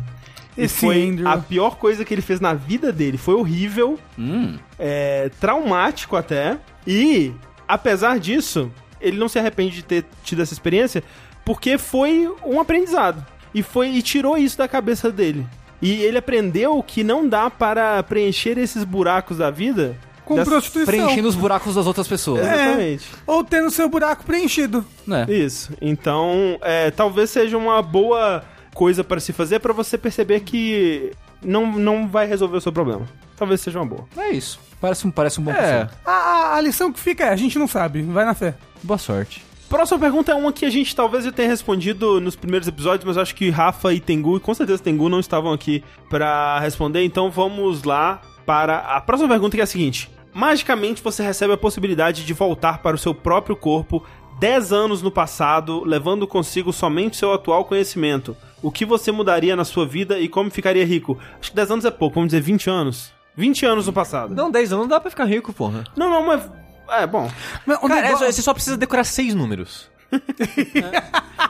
Speaker 1: E
Speaker 4: Esse
Speaker 1: foi
Speaker 4: Andrew.
Speaker 1: a pior coisa que ele fez na vida dele. Foi horrível.
Speaker 3: Hum.
Speaker 1: é, traumático até. E, apesar disso, ele não se arrepende de ter tido essa experiência, porque foi um aprendizado. E foi e tirou isso da cabeça dele. E ele aprendeu que não dá para preencher esses buracos da vida
Speaker 4: Com
Speaker 1: das-
Speaker 4: prostituição.
Speaker 3: Preenchendo os buracos das outras pessoas.
Speaker 4: um É.
Speaker 1: Exatamente.
Speaker 4: Ou tendo seu buraco preenchido.
Speaker 3: né?
Speaker 1: Isso. Então, é, talvez seja uma boa coisa para se fazer para você perceber que não, não vai resolver o seu problema. Talvez seja uma boa.
Speaker 3: É isso. Parece um, parece um bom
Speaker 2: É,
Speaker 3: conceito.
Speaker 4: A, a, a lição que fica é, a gente não sabe. Vai na fé.
Speaker 2: boa sorte.
Speaker 1: Próxima pergunta é uma que a gente talvez já tenha respondido nos primeiros episódios, mas acho que Rafa e Tengu, e com certeza Tengu, não estavam aqui pra responder, então vamos lá para a próxima pergunta que é a seguinte: Magicamente você recebe a possibilidade de voltar para o seu próprio corpo 10 anos no passado, levando consigo somente seu atual conhecimento. O que você mudaria na sua vida e como ficaria rico? Acho que 10 anos é pouco, vamos dizer 20 anos. 20 anos no passado.
Speaker 2: Não, 10 anos dá pra ficar rico, porra.
Speaker 1: não, não mas. É, bom.
Speaker 4: Mas o
Speaker 2: Cara, é
Speaker 4: negócio-
Speaker 2: só- você só precisa decorar seis números.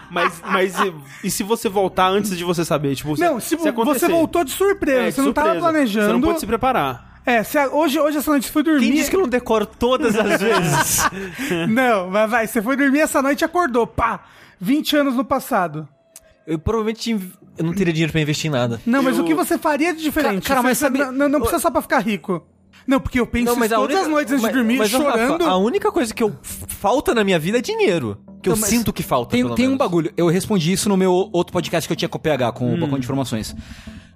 Speaker 1: Mas, mas e, e se você voltar antes de você saber? Tipo,
Speaker 4: Não, se,
Speaker 1: acontecer?
Speaker 4: você voltou de surpresa,
Speaker 1: É,
Speaker 4: você não tava
Speaker 1: surpresa. Você não
Speaker 4: planejando.
Speaker 1: pode se preparar.
Speaker 4: É, se a- hoje, hoje essa noite você foi dormir.
Speaker 2: Quem disse que eu não decoro todas as vezes?
Speaker 4: Não, mas vai, você foi dormir essa noite e acordou. Pá! 20 anos no passado.
Speaker 2: Eu provavelmente inv- eu não teria dinheiro pra investir em nada.
Speaker 4: Não, mas
Speaker 1: Eu-
Speaker 4: o que você faria de diferente?
Speaker 3: Ca- cara,
Speaker 4: Você-
Speaker 3: mas
Speaker 4: você
Speaker 3: sabe-
Speaker 4: Não, não- não precisa só pra ficar rico. Não, porque eu penso
Speaker 2: Não,
Speaker 4: isso todas as noites antes de dormir,
Speaker 2: mas, Rafa,
Speaker 4: chorando.
Speaker 2: a única coisa que eu falta na minha vida é dinheiro. Que eu
Speaker 3: Não, mas
Speaker 2: sinto que falta.
Speaker 3: Tem,
Speaker 2: pelo
Speaker 3: tem um
Speaker 2: menos.
Speaker 3: bagulho. Eu respondi isso no meu outro podcast que eu tinha com o PH, com
Speaker 2: Hum.
Speaker 3: o Balcão de Informações.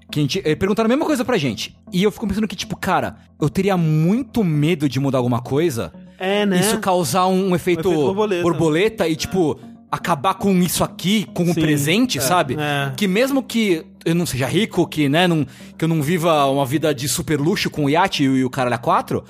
Speaker 3: Que a gente, eh, perguntaram a mesma coisa pra gente. E eu fico pensando que, tipo, cara, eu teria muito medo de mudar alguma coisa.
Speaker 1: É,
Speaker 3: Isso causar um, efeito,
Speaker 1: efeito borboleta.
Speaker 3: borboleta. e, tipo, acabar com isso aqui, com um
Speaker 1: Sim,
Speaker 3: presente, sabe?
Speaker 1: é.
Speaker 3: Que mesmo que eu não seja rico, que, né, não, que eu não viva uma vida de super luxo com o iate e, o- e o caralho a quatro,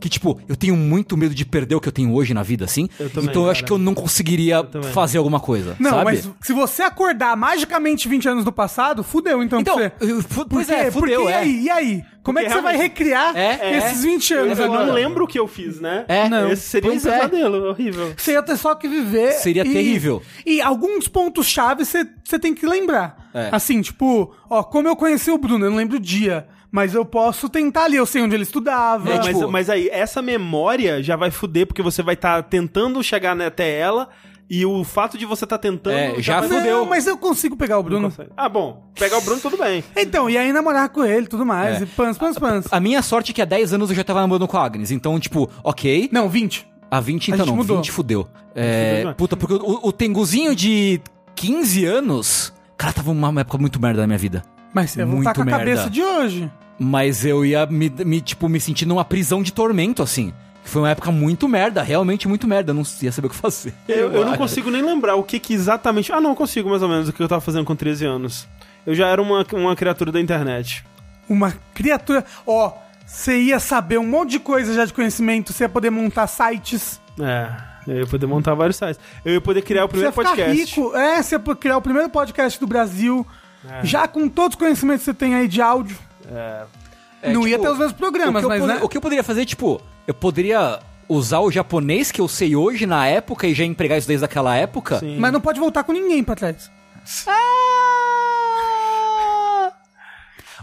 Speaker 3: que, tipo, eu tenho muito medo de perder o que eu tenho hoje na vida, assim.
Speaker 1: Eu também,
Speaker 3: então eu acho
Speaker 1: cara.
Speaker 3: que eu não conseguiria
Speaker 1: também.
Speaker 3: fazer alguma coisa,
Speaker 4: Não,
Speaker 3: sabe?
Speaker 4: mas se você acordar magicamente 20 anos do passado, fudeu então,
Speaker 3: Então,
Speaker 4: pra você.
Speaker 3: eu- fu-
Speaker 4: Por
Speaker 3: pois
Speaker 4: quê?
Speaker 3: é, fudeu,
Speaker 4: Porque,
Speaker 3: é.
Speaker 4: E aí? E aí? Como é que
Speaker 1: Porque
Speaker 4: você vai
Speaker 1: realmente-
Speaker 4: recriar
Speaker 3: É, é.
Speaker 4: esses 20
Speaker 1: Eu,
Speaker 4: anos?
Speaker 1: eu não
Speaker 4: agora?
Speaker 1: lembro o que eu fiz, né?
Speaker 3: É.
Speaker 4: Não.
Speaker 1: Esse seria
Speaker 3: Pois
Speaker 1: um
Speaker 3: é.
Speaker 1: pesadelo horrível.
Speaker 4: Você ia ter só que viver.
Speaker 3: Seria terrível.
Speaker 4: E alguns pontos chave você você tem que lembrar.
Speaker 3: É.
Speaker 4: Assim, tipo, ó, como eu conheci o Bruno, eu não lembro o dia. Mas eu posso tentar ali, eu sei onde ele estudava.
Speaker 3: É,
Speaker 1: Mas,
Speaker 3: tipo-
Speaker 1: mas aí, essa memória já vai fuder, porque você vai estar tentando chegar né, até ela, e o fato de você estar tentando.
Speaker 3: É, já
Speaker 1: vai-
Speaker 4: não,
Speaker 3: fudeu.
Speaker 4: mas eu consigo pegar o Bruno.
Speaker 1: Ah, bom, pegar o Bruno, tudo bem.
Speaker 4: Então, e aí namorar com ele e tudo mais.
Speaker 3: É.
Speaker 4: E pans, pans, pans.
Speaker 3: A minha sorte é que há 10 anos eu já tava namorando com a Agnes, então, tipo, ok.
Speaker 4: Não, 20.
Speaker 3: A 20
Speaker 4: A
Speaker 3: então
Speaker 4: gente
Speaker 3: não,
Speaker 4: mudou.
Speaker 3: 20 fudeu. É,
Speaker 1: demais.
Speaker 3: puta, porque o, o Tenguzinho de 15 anos, cara, tava uma época muito merda na minha vida.
Speaker 4: Mas você ia voltar
Speaker 3: Muito
Speaker 4: com a
Speaker 3: merda.
Speaker 4: cabeça de hoje.
Speaker 3: Mas eu ia me, me, tipo, me sentir numa prisão de tormento, assim. Foi uma época muito merda, realmente muito merda. Eu não ia saber o que fazer.
Speaker 1: Eu, eu não
Speaker 3: acho.
Speaker 1: consigo nem lembrar o que, que exatamente. Ah, não, eu consigo mais ou menos o que eu tava fazendo com 13 anos. Eu já era uma, uma criatura da internet.
Speaker 4: Uma criatura. Ó, você ia saber um monte de coisa já de conhecimento, você ia poder montar sites.
Speaker 1: É, eu ia poder montar vários sites. Eu ia poder criar o
Speaker 4: Você ia
Speaker 1: primeiro
Speaker 4: ficar
Speaker 1: podcast.
Speaker 4: rico, é, você ia po- criar o primeiro podcast do Brasil,
Speaker 1: É.
Speaker 4: já com todos os conhecimentos que você tem aí de áudio.
Speaker 3: É,
Speaker 4: não
Speaker 3: tipo,
Speaker 4: ia ter os mesmos
Speaker 3: o
Speaker 4: programas,
Speaker 3: que eu
Speaker 4: mas
Speaker 3: pode-
Speaker 4: né?
Speaker 3: O que eu poderia fazer, tipo, eu poderia usar o japonês que eu sei hoje na época e já empregar isso desde aquela época.
Speaker 1: Sim.
Speaker 4: Mas não pode voltar com ninguém pra trás.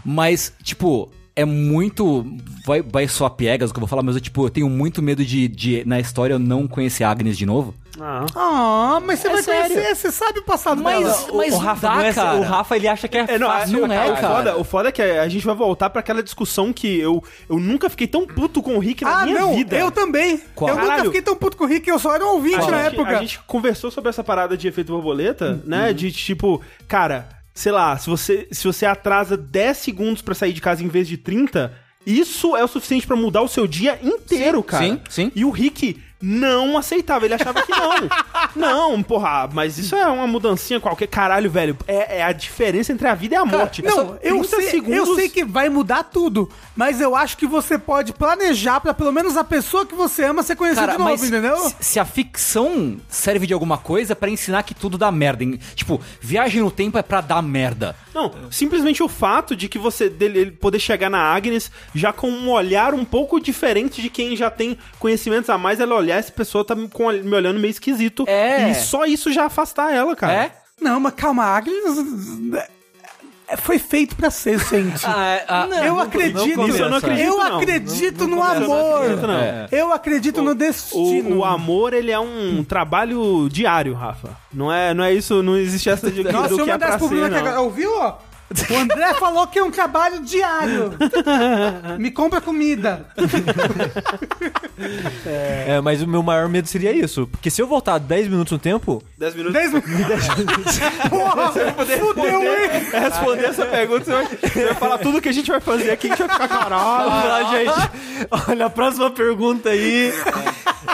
Speaker 3: Mas, tipo, é muito. Vai, vai soar piegas o que eu vou falar, mas eu, tipo, eu tenho muito medo de, de, na história, eu não conhecer a Agnes de novo.
Speaker 1: Ah.
Speaker 4: Ah, mas você
Speaker 3: É
Speaker 4: vai
Speaker 3: sério.
Speaker 4: conhecer, você sabe o passado dela.
Speaker 3: Mas, mas
Speaker 2: o Rafa,
Speaker 3: dá,
Speaker 2: não é-
Speaker 3: cara.
Speaker 2: o Rafa, ele acha que é,
Speaker 1: É, não,
Speaker 2: fácil.
Speaker 1: é,
Speaker 3: não é,
Speaker 1: o,
Speaker 3: cara.
Speaker 1: Foda, o foda é que a gente vai voltar pra aquela discussão que eu, eu nunca fiquei tão puto com o Rick na
Speaker 4: Ah,
Speaker 1: minha
Speaker 4: não,
Speaker 1: vida.
Speaker 4: eu também.
Speaker 3: Qual?
Speaker 4: Eu nunca
Speaker 1: Caralho.
Speaker 4: fiquei tão puto com o Rick, eu só era um ouvinte
Speaker 1: a gente,
Speaker 4: na
Speaker 1: a
Speaker 4: época. Uhum.
Speaker 1: gente conversou sobre essa parada de efeito borboleta, né? De tipo, cara, sei lá, se você, se você atrasa 10 segundos pra sair de casa em vez de 30, isso é o suficiente pra mudar o seu dia inteiro, cara.
Speaker 3: sim, sim.
Speaker 1: E o Rick não aceitava, ele achava que não. não, porra, mas isso é uma mudancinha qualquer. Caralho, velho, é, é a diferença entre a vida e a
Speaker 3: É
Speaker 1: morte.
Speaker 4: Não, eu
Speaker 1: 30
Speaker 4: sei, eu sei que vai mudar tudo, mas eu acho que você pode planejar pra pelo menos a pessoa que você ama você conhecer de novo, entendeu?
Speaker 3: se- se a ficção serve de alguma coisa é pra ensinar que tudo dá merda. hein? Tipo, viagem no tempo é pra dar merda.
Speaker 1: Não, simplesmente o fato de que você dele ele poder chegar na Agnes já com um olhar um pouco diferente de quem já tem conhecimentos a mais, ela olhar, essa pessoa tá me com- me olhando meio esquisito.
Speaker 3: É.
Speaker 1: E só isso já afastar ela, cara.
Speaker 3: É?
Speaker 4: Não, mas calma, a Agnes é, foi feito pra ser, gente.
Speaker 2: É,
Speaker 3: Ah, ah,
Speaker 4: eu
Speaker 3: não,
Speaker 4: acredito,
Speaker 2: não
Speaker 1: Isso eu não
Speaker 2: começa.
Speaker 1: acredito.
Speaker 4: eu
Speaker 1: não.
Speaker 4: acredito no
Speaker 1: começa, não
Speaker 4: amor.
Speaker 1: acredito, não.
Speaker 2: É.
Speaker 4: Eu acredito no
Speaker 1: O,
Speaker 4: destino.
Speaker 1: o amor, ele é um trabalho diário, Rafa. Não é, não é isso, não existe essa de
Speaker 4: Nossa,
Speaker 1: do
Speaker 4: eu
Speaker 1: que é
Speaker 4: mandar
Speaker 1: pra
Speaker 4: esse problema
Speaker 1: ser,
Speaker 4: aqui agora.
Speaker 1: não.
Speaker 4: Ouviu, ó? O André falou que é um trabalho diário. Me compra comida.
Speaker 2: É, mas o meu maior medo seria isso. Porque se eu voltar 10 minutos no tempo,
Speaker 1: 10 minutos.
Speaker 4: 10 minutos. Porra, fudeu, hein?
Speaker 1: É responder essa pergunta, você vai, você vai falar tudo que a gente vai fazer aqui, a gente vai ficar caralho.
Speaker 4: Ah.
Speaker 2: Olha, gente. Olha, a próxima pergunta aí.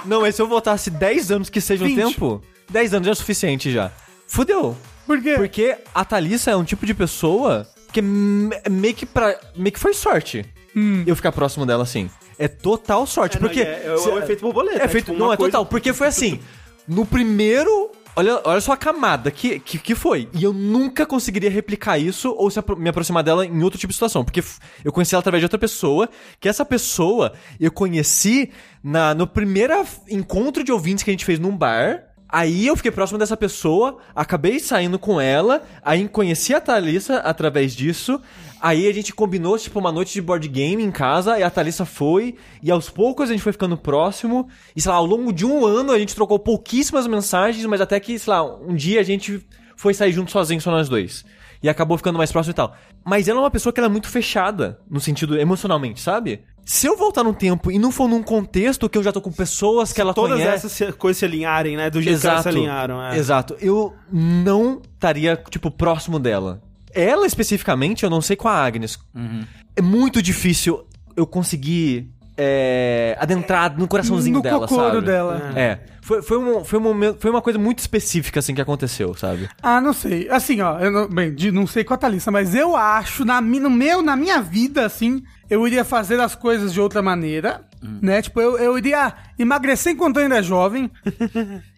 Speaker 2: Não, mas se eu voltasse 10 anos que seja o
Speaker 4: 20.
Speaker 2: tempo, 10 anos já é o suficiente já. Fudeu.
Speaker 4: Por quê?
Speaker 2: Porque a Thalissa é um tipo de pessoa que me- meio que, pra, meio que foi sorte
Speaker 4: Hum.
Speaker 2: eu ficar próximo dela assim. É total sorte, porque...
Speaker 1: é, é o- é o efeito borboleta,
Speaker 2: É
Speaker 1: é
Speaker 2: feito,
Speaker 1: tipo
Speaker 2: não,
Speaker 1: uma
Speaker 2: é
Speaker 1: coisa-
Speaker 2: total, porque foi assim, no primeiro... Olha, olha só a camada que, que, que foi. E eu nunca conseguiria replicar isso ou se apro- me aproximar dela em outro tipo de situação. Porque f- eu conheci ela através de outra pessoa, que essa pessoa eu conheci na, no primeiro encontro de ouvintes que a gente fez num bar. Aí eu fiquei próximo dessa pessoa, acabei saindo com ela, aí conheci a Thalissa através disso. Aí a gente combinou, tipo, uma noite de board game em casa, e a Thalissa foi, e aos poucos a gente foi ficando próximo. E sei lá, ao longo de um ano a gente trocou pouquíssimas mensagens, mas até que, sei lá, um dia a gente foi sair junto sozinho, só nós dois. E acabou ficando mais próximo e tal. Mas ela é uma pessoa que ela é muito fechada, no sentido emocionalmente, sabe? Se eu voltar no tempo e não for num contexto que eu já tô com pessoas que ela
Speaker 1: todas
Speaker 2: conhece.
Speaker 1: essas se- coisas se alinharem, né? Do jeito que elas se alinharam. É.
Speaker 2: Exato. Eu não estaria, tipo, próximo dela. Ela especificamente, eu não sei com a Agnes.
Speaker 4: Uhum.
Speaker 2: É muito difícil eu conseguir é, adentrar no coraçãozinho
Speaker 4: No
Speaker 2: dela,
Speaker 4: cocoro
Speaker 2: sabe?
Speaker 4: dela.
Speaker 2: É. Foi, foi, um, foi, um momento, foi uma coisa muito específica, assim, que aconteceu, sabe?
Speaker 4: Ah, não sei. Assim, ó, eu não, bem, de- não sei com a Thalissa, mas eu acho, na, mi- no meu, na minha vida, assim, eu iria fazer as coisas de outra maneira,
Speaker 1: Hum.
Speaker 4: né? Tipo, eu, eu iria emagrecer enquanto eu ainda é jovem.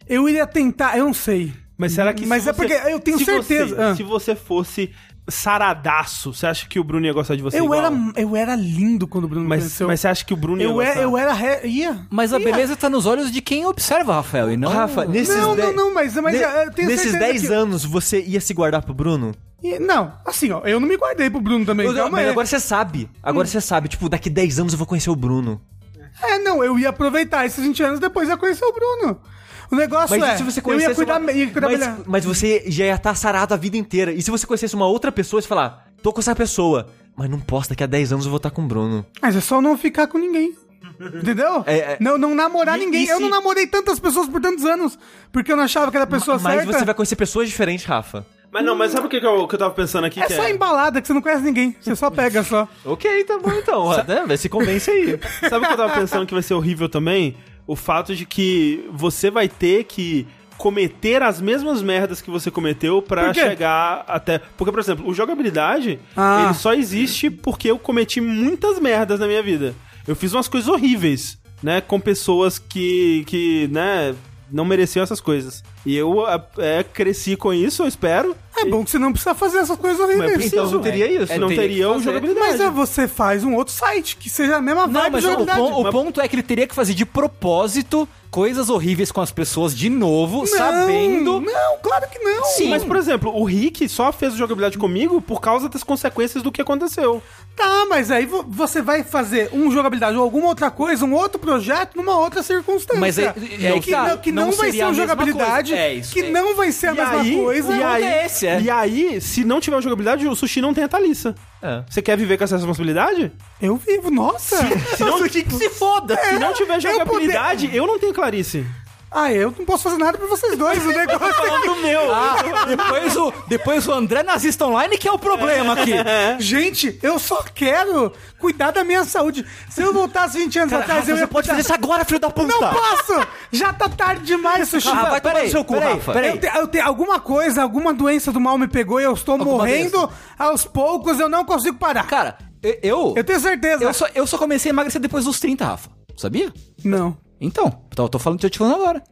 Speaker 4: eu iria tentar, eu não sei.
Speaker 1: Mas será que. se
Speaker 4: Mas é
Speaker 1: você-
Speaker 4: porque eu tenho
Speaker 1: se
Speaker 4: certeza.
Speaker 1: você-
Speaker 4: Ah.
Speaker 1: Se você fosse saradaço, você acha que o Bruno ia gostar de você?
Speaker 4: Eu
Speaker 1: igual?
Speaker 4: era, eu era lindo quando o Bruno
Speaker 1: Mas,
Speaker 4: conheceu.
Speaker 1: mas você é acha que o Bruno ia
Speaker 4: eu,
Speaker 1: gostar?
Speaker 4: era, eu é era. Re... Ia.
Speaker 3: Mas a
Speaker 4: Ia.
Speaker 3: beleza tá nos olhos de quem observa, Rafael, e não...
Speaker 2: Rafa, nesses
Speaker 4: Não,
Speaker 2: dez-
Speaker 4: não, não, mas- mas é, eu tenho
Speaker 2: Nesses
Speaker 4: certeza
Speaker 2: 10
Speaker 4: que-
Speaker 2: anos, você ia se guardar pro Bruno?
Speaker 4: Ia- Não, assim, ó, eu não me guardei pro Bruno também.
Speaker 2: Eu-
Speaker 4: calma
Speaker 2: mas
Speaker 4: aí.
Speaker 2: agora você sabe.
Speaker 4: Hum.
Speaker 2: Agora você sabe. Tipo, daqui 10 anos eu vou conhecer o Bruno.
Speaker 4: É, não, eu ia aproveitar esses 20 anos depois ia conhecer o Bruno. O negócio
Speaker 2: Mas
Speaker 4: é,
Speaker 2: e se você
Speaker 4: eu
Speaker 2: conhecesse
Speaker 4: ia cuidar,
Speaker 2: uma...
Speaker 4: me- ia cuidar
Speaker 2: mas,
Speaker 4: melhor.
Speaker 2: mas você já ia estar sarado a vida inteira. E se você conhecesse uma outra pessoa e você falar, tô com essa pessoa, mas não posso, daqui a 10 anos eu vou estar com o Bruno.
Speaker 4: Mas é só não ficar com ninguém. Entendeu?
Speaker 2: É, é.
Speaker 4: Não, não namorar
Speaker 2: E-
Speaker 4: ninguém.
Speaker 2: e
Speaker 4: Eu não
Speaker 2: se-
Speaker 4: namorei tantas pessoas por tantos anos, porque eu não achava que era a pessoa
Speaker 2: mas
Speaker 4: certa.
Speaker 2: você vai conhecer pessoas diferentes, Rafa.
Speaker 1: Mas não, mas sabe o que, que, eu, que eu tava pensando aqui?
Speaker 4: É
Speaker 1: que
Speaker 4: só embalada, que você não conhece ninguém. Você só pega só.
Speaker 2: Ok, tá bom então. Até, vai se convence aí.
Speaker 1: Sabe o que eu tava pensando que vai ser horrível também? O fato de que você vai ter que cometer as mesmas merdas que você cometeu pra
Speaker 4: Por quê?
Speaker 1: chegar até... Porque, por exemplo, o jogabilidade,
Speaker 4: Ah.
Speaker 1: ele só existe porque eu cometi muitas merdas na minha vida. Eu fiz umas coisas horríveis, né? Com pessoas que, que né, não mereciam essas coisas. E eu é, cresci com isso, eu espero.
Speaker 4: É bom que você não precisa fazer essas coisas horríveis.
Speaker 1: preciso,
Speaker 2: então não teria
Speaker 1: é.
Speaker 2: isso.
Speaker 1: não
Speaker 3: teria
Speaker 1: teria
Speaker 3: que
Speaker 1: o
Speaker 3: fazer.
Speaker 1: jogabilidade.
Speaker 4: Mas é, você faz um outro site que seja a mesma
Speaker 3: Não,
Speaker 4: vibe de
Speaker 3: mas o,
Speaker 4: jogabilidade.
Speaker 3: pon- o ponto é que ele teria que fazer de propósito coisas horríveis com as pessoas de novo, sabendo.
Speaker 4: Não, claro que não.
Speaker 1: Mas, por exemplo, o Rick só fez jogabilidade comigo por causa das consequências do que aconteceu.
Speaker 4: Tá, mas aí vo- você vai fazer um jogabilidade ou alguma outra coisa, um outro projeto, numa outra circunstância.
Speaker 3: Mas aí- é
Speaker 4: que,
Speaker 3: que tá,
Speaker 4: não, que não,
Speaker 3: não
Speaker 4: vai ser
Speaker 3: seria
Speaker 4: um
Speaker 3: a mesma
Speaker 4: jogabilidade,
Speaker 2: coisa. É isso,
Speaker 4: que
Speaker 2: é.
Speaker 4: não vai ser a mesma coisa.
Speaker 1: e, aí
Speaker 3: acontece, é.
Speaker 1: e aí, se não tiver jogabilidade, o sushi não tem a Thalissa.
Speaker 2: É.
Speaker 1: Você quer viver com essa responsabilidade?
Speaker 4: Eu vivo, nossa.
Speaker 1: Se não,
Speaker 3: Se foda!
Speaker 1: se não tiver
Speaker 4: eu
Speaker 1: jogabilidade, eu, não tenho Clarice.
Speaker 4: ah, eu não posso fazer nada pra vocês dois, o negócio é que-
Speaker 1: Do meu.
Speaker 3: Ah, depois o, depois o André Nazista Online que é o problema aqui.
Speaker 4: Gente, eu só quero cuidar da minha saúde. Se eu voltasse 20 anos atrás,
Speaker 3: Rafa,
Speaker 4: eu ia
Speaker 3: você pode
Speaker 4: cuidar-
Speaker 3: fazer isso agora, filho da puta!
Speaker 4: Não posso! Já tá tarde demais, Sushi.
Speaker 3: Rafa,
Speaker 2: vai tomar
Speaker 3: peraí,
Speaker 2: no seu cu,
Speaker 3: peraí,
Speaker 2: Rafa.
Speaker 3: peraí.
Speaker 4: Eu te- eu te- alguma coisa, alguma doença do mal me pegou e eu estou morrendo aos poucos, eu não consigo parar.
Speaker 3: Cara, eu. Eu,
Speaker 4: eu tenho certeza.
Speaker 3: eu só, eu só comecei a emagrecer depois dos 30, Rafa. Sabia?
Speaker 4: Não.
Speaker 3: Então, tô, tô falando, tô te falando agora.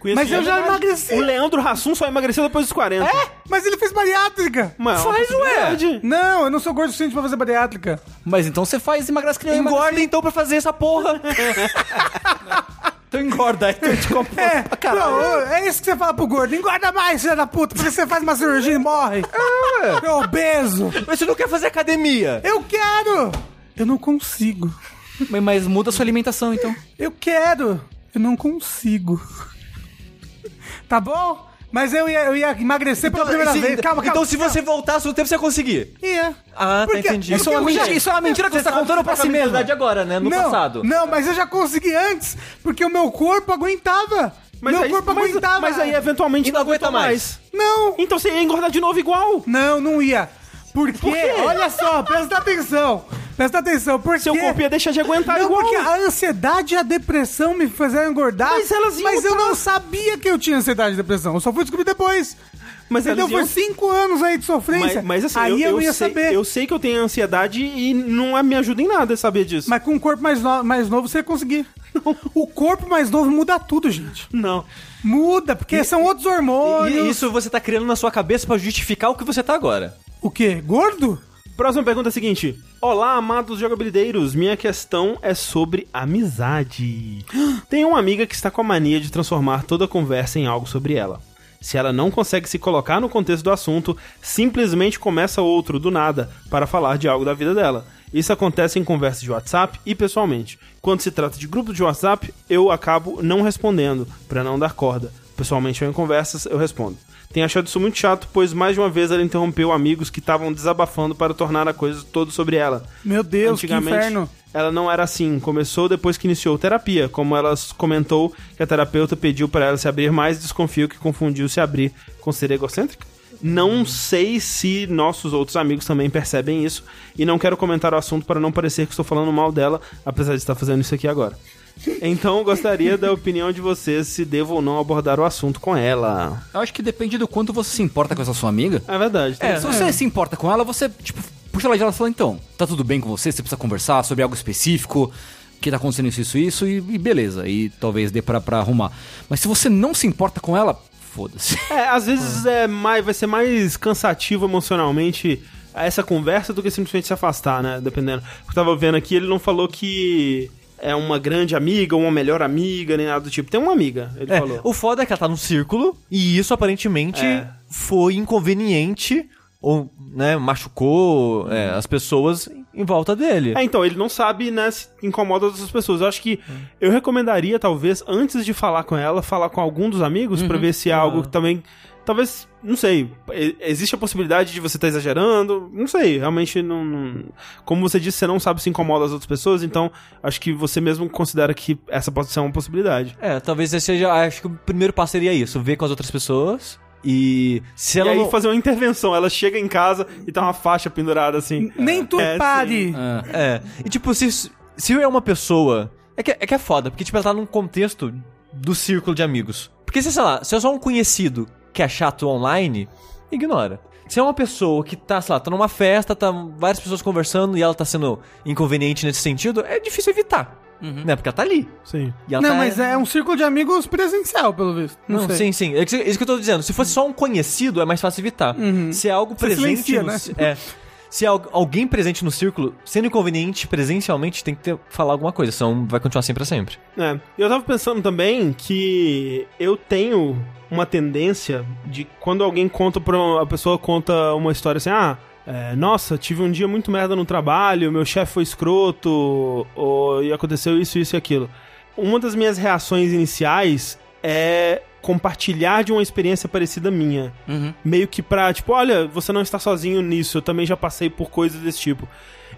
Speaker 1: Conheço
Speaker 4: Mas eu já
Speaker 1: verdade.
Speaker 4: emagreci.
Speaker 1: O Leandro Hassum só emagreceu depois dos 40. É?
Speaker 4: Mas ele fez bariátrica.
Speaker 1: Mas
Speaker 3: Faz, ué.
Speaker 4: Não, eu não sou gordo o suficiente pra fazer bariátrica.
Speaker 3: Mas então você faz emagrece criança.
Speaker 2: Engorda então pra fazer essa porra.
Speaker 3: Então engorda, aí tu te compra.
Speaker 4: É,
Speaker 3: pra caralho.
Speaker 4: não, é isso que você fala pro gordo. Engorda mais, filha da puta, porque você faz uma cirurgia e morre. É obeso.
Speaker 2: Mas você não quer fazer academia.
Speaker 4: Eu quero. Eu não consigo.
Speaker 3: Mas, mas muda a sua alimentação, então.
Speaker 4: Eu quero. Eu não consigo. Tá bom? Mas eu ia, eu ia emagrecer pela primeira
Speaker 2: se,
Speaker 4: vez. Calma, calma.
Speaker 2: então se
Speaker 4: calma.
Speaker 2: você voltasse no tempo, você ia conseguir.
Speaker 4: Ia.
Speaker 2: Ah, tá,
Speaker 4: Porque-
Speaker 2: entendi.
Speaker 4: porque
Speaker 3: Isso é uma
Speaker 4: eu já-
Speaker 3: mentira, isso é uma mentira que você tá contando pra si mesmo.
Speaker 2: verdade agora, né? No
Speaker 4: não,
Speaker 2: passado.
Speaker 4: Não, mas eu já consegui antes, porque o meu corpo aguentava.
Speaker 1: Mas
Speaker 4: meu
Speaker 1: aí,
Speaker 4: corpo
Speaker 1: mas,
Speaker 4: aguentava.
Speaker 1: mas aí, eventualmente,
Speaker 2: E não aguenta
Speaker 1: aguentou
Speaker 2: mais.
Speaker 4: Não,
Speaker 1: Então você ia engordar de novo igual.
Speaker 4: não, não ia. Porque,
Speaker 1: Por quê?
Speaker 4: olha só, presta atenção. Presta atenção, porque...
Speaker 1: Seu corpo ia deixar de aguentar
Speaker 4: Não,
Speaker 1: igual.
Speaker 4: porque a ansiedade e a depressão me fizeram engordar.
Speaker 1: Mas elas iam
Speaker 4: Mas eu
Speaker 1: tá-
Speaker 4: não sabia que eu tinha ansiedade e depressão. Eu só fui descobrir depois.
Speaker 1: Mas
Speaker 4: Entendeu?
Speaker 1: elas iam-
Speaker 4: Foi cinco anos aí de sofrência.
Speaker 1: Mas, mas assim,
Speaker 4: aí eu,
Speaker 1: eu,
Speaker 4: ia
Speaker 1: sei,
Speaker 4: saber.
Speaker 1: eu sei que eu tenho ansiedade e não me ajuda em nada saber disso.
Speaker 4: Mas com um corpo mais, no- mais novo você ia conseguir. O corpo mais novo muda tudo, gente.
Speaker 1: Não.
Speaker 4: Muda, porque são outros hormônios.
Speaker 2: E isso você tá criando na sua cabeça pra justificar o que você tá agora.
Speaker 4: O quê? Gordo?
Speaker 1: Próxima pergunta é a seguinte. Olá, amados jogabilideiros. Minha questão é sobre amizade. Tem uma amiga que está com a mania de transformar toda a conversa em algo sobre ela. Se ela não consegue se colocar no contexto do assunto, simplesmente começa outro do nada para falar de algo da vida dela. Isso acontece em conversas de WhatsApp e pessoalmente. Quando se trata de grupos de WhatsApp, eu acabo não respondendo, para não dar corda. Pessoalmente ou em conversas, eu respondo. Tenho achado isso muito chato, pois mais de uma vez ela interrompeu amigos que estavam desabafando para tornar a coisa toda sobre ela.
Speaker 4: Meu Deus, que
Speaker 1: Antigamente,
Speaker 4: inferno.
Speaker 1: ela não era assim. Começou depois que iniciou terapia. Como ela comentou que a terapeuta pediu para ela se abrir mais, desconfio que confundiu se abrir com ser egocêntrica. Não sei se nossos outros amigos também percebem isso e não quero comentar o assunto para não parecer que estou falando mal dela, apesar de estar fazendo isso aqui agora. Então gostaria da opinião de vocês se devo ou não abordar o assunto com ela.
Speaker 3: Eu acho que depende do quanto você se importa com essa sua amiga.
Speaker 1: É verdade. tem
Speaker 3: se você se importa com ela, você, tipo, puxa ela de ela e fala, então, tá tudo bem com você? Você precisa conversar sobre algo específico, que tá acontecendo isso, isso, isso, e, e beleza. E talvez dê pra, pra arrumar. Mas se você não se importa com ela, foda-se.
Speaker 1: É, às vezes é mais, vai ser mais cansativo emocionalmente essa conversa do que simplesmente se afastar, né? Dependendo. Eu tava vendo aqui, ele não falou que é uma grande amiga, uma melhor amiga, nem nada do tipo. Tem uma amiga, ele
Speaker 2: É,
Speaker 1: falou.
Speaker 2: o foda é que ela tá num círculo e isso aparentemente
Speaker 1: É.
Speaker 2: foi inconveniente ou, né, machucou é, as pessoas em volta dele.
Speaker 1: É, então, ele não sabe, né, se incomoda outras pessoas. Eu acho que eu recomendaria, talvez, antes de falar com ela, falar com algum dos amigos
Speaker 2: Uhum.
Speaker 1: pra ver se é algo
Speaker 2: Ah.
Speaker 1: que também. Talvez, não sei, e- existe a possibilidade de você estar exagerando, não sei, realmente não, não- Como você disse, você não sabe se incomoda as outras pessoas, então acho que você mesmo considera que essa pode ser uma possibilidade.
Speaker 2: É, talvez esse seja. Acho que o primeiro passo seria isso: ver com as outras pessoas e. Se ela
Speaker 1: e aí
Speaker 2: não-
Speaker 1: fazer uma intervenção, ela chega em casa e tá uma faixa pendurada assim.
Speaker 4: Nem tu
Speaker 1: É,
Speaker 4: pare.
Speaker 2: É. E tipo, se, se é uma pessoa. É que, é que é foda, porque tipo, ela tá num contexto do círculo de amigos. Porque se, sei lá, se é só um conhecido que é chato online, ignora. Se é uma pessoa que tá, sei lá, tá numa festa, tá várias pessoas conversando e ela tá sendo inconveniente nesse sentido, é difícil evitar. Né? Porque ela tá ali.
Speaker 1: Sim.
Speaker 2: E ela
Speaker 4: não,
Speaker 2: tá-
Speaker 4: mas é um círculo de amigos presencial, pelo visto. Não,
Speaker 2: Não,
Speaker 4: sei.
Speaker 2: sim, sim. É isso que eu tô dizendo. Se fosse só um conhecido, é mais fácil evitar. Se é algo presente.
Speaker 4: silencia,
Speaker 2: no-
Speaker 4: né?
Speaker 2: É. Se al- alguém presente no círculo, sendo inconveniente presencialmente, tem que ter, falar alguma coisa, senão vai continuar assim pra sempre.
Speaker 1: É. E eu tava pensando também que eu tenho uma tendência de quando alguém conta pra uma a pessoa conta uma história assim, ah, é, nossa, tive um dia muito merda no trabalho, meu chefe foi escroto, ou, e aconteceu isso, isso e aquilo. Uma das minhas reações iniciais é compartilhar de uma experiência parecida minha. Meio que pra, tipo, olha, você não está sozinho nisso, eu também já passei por coisas desse tipo.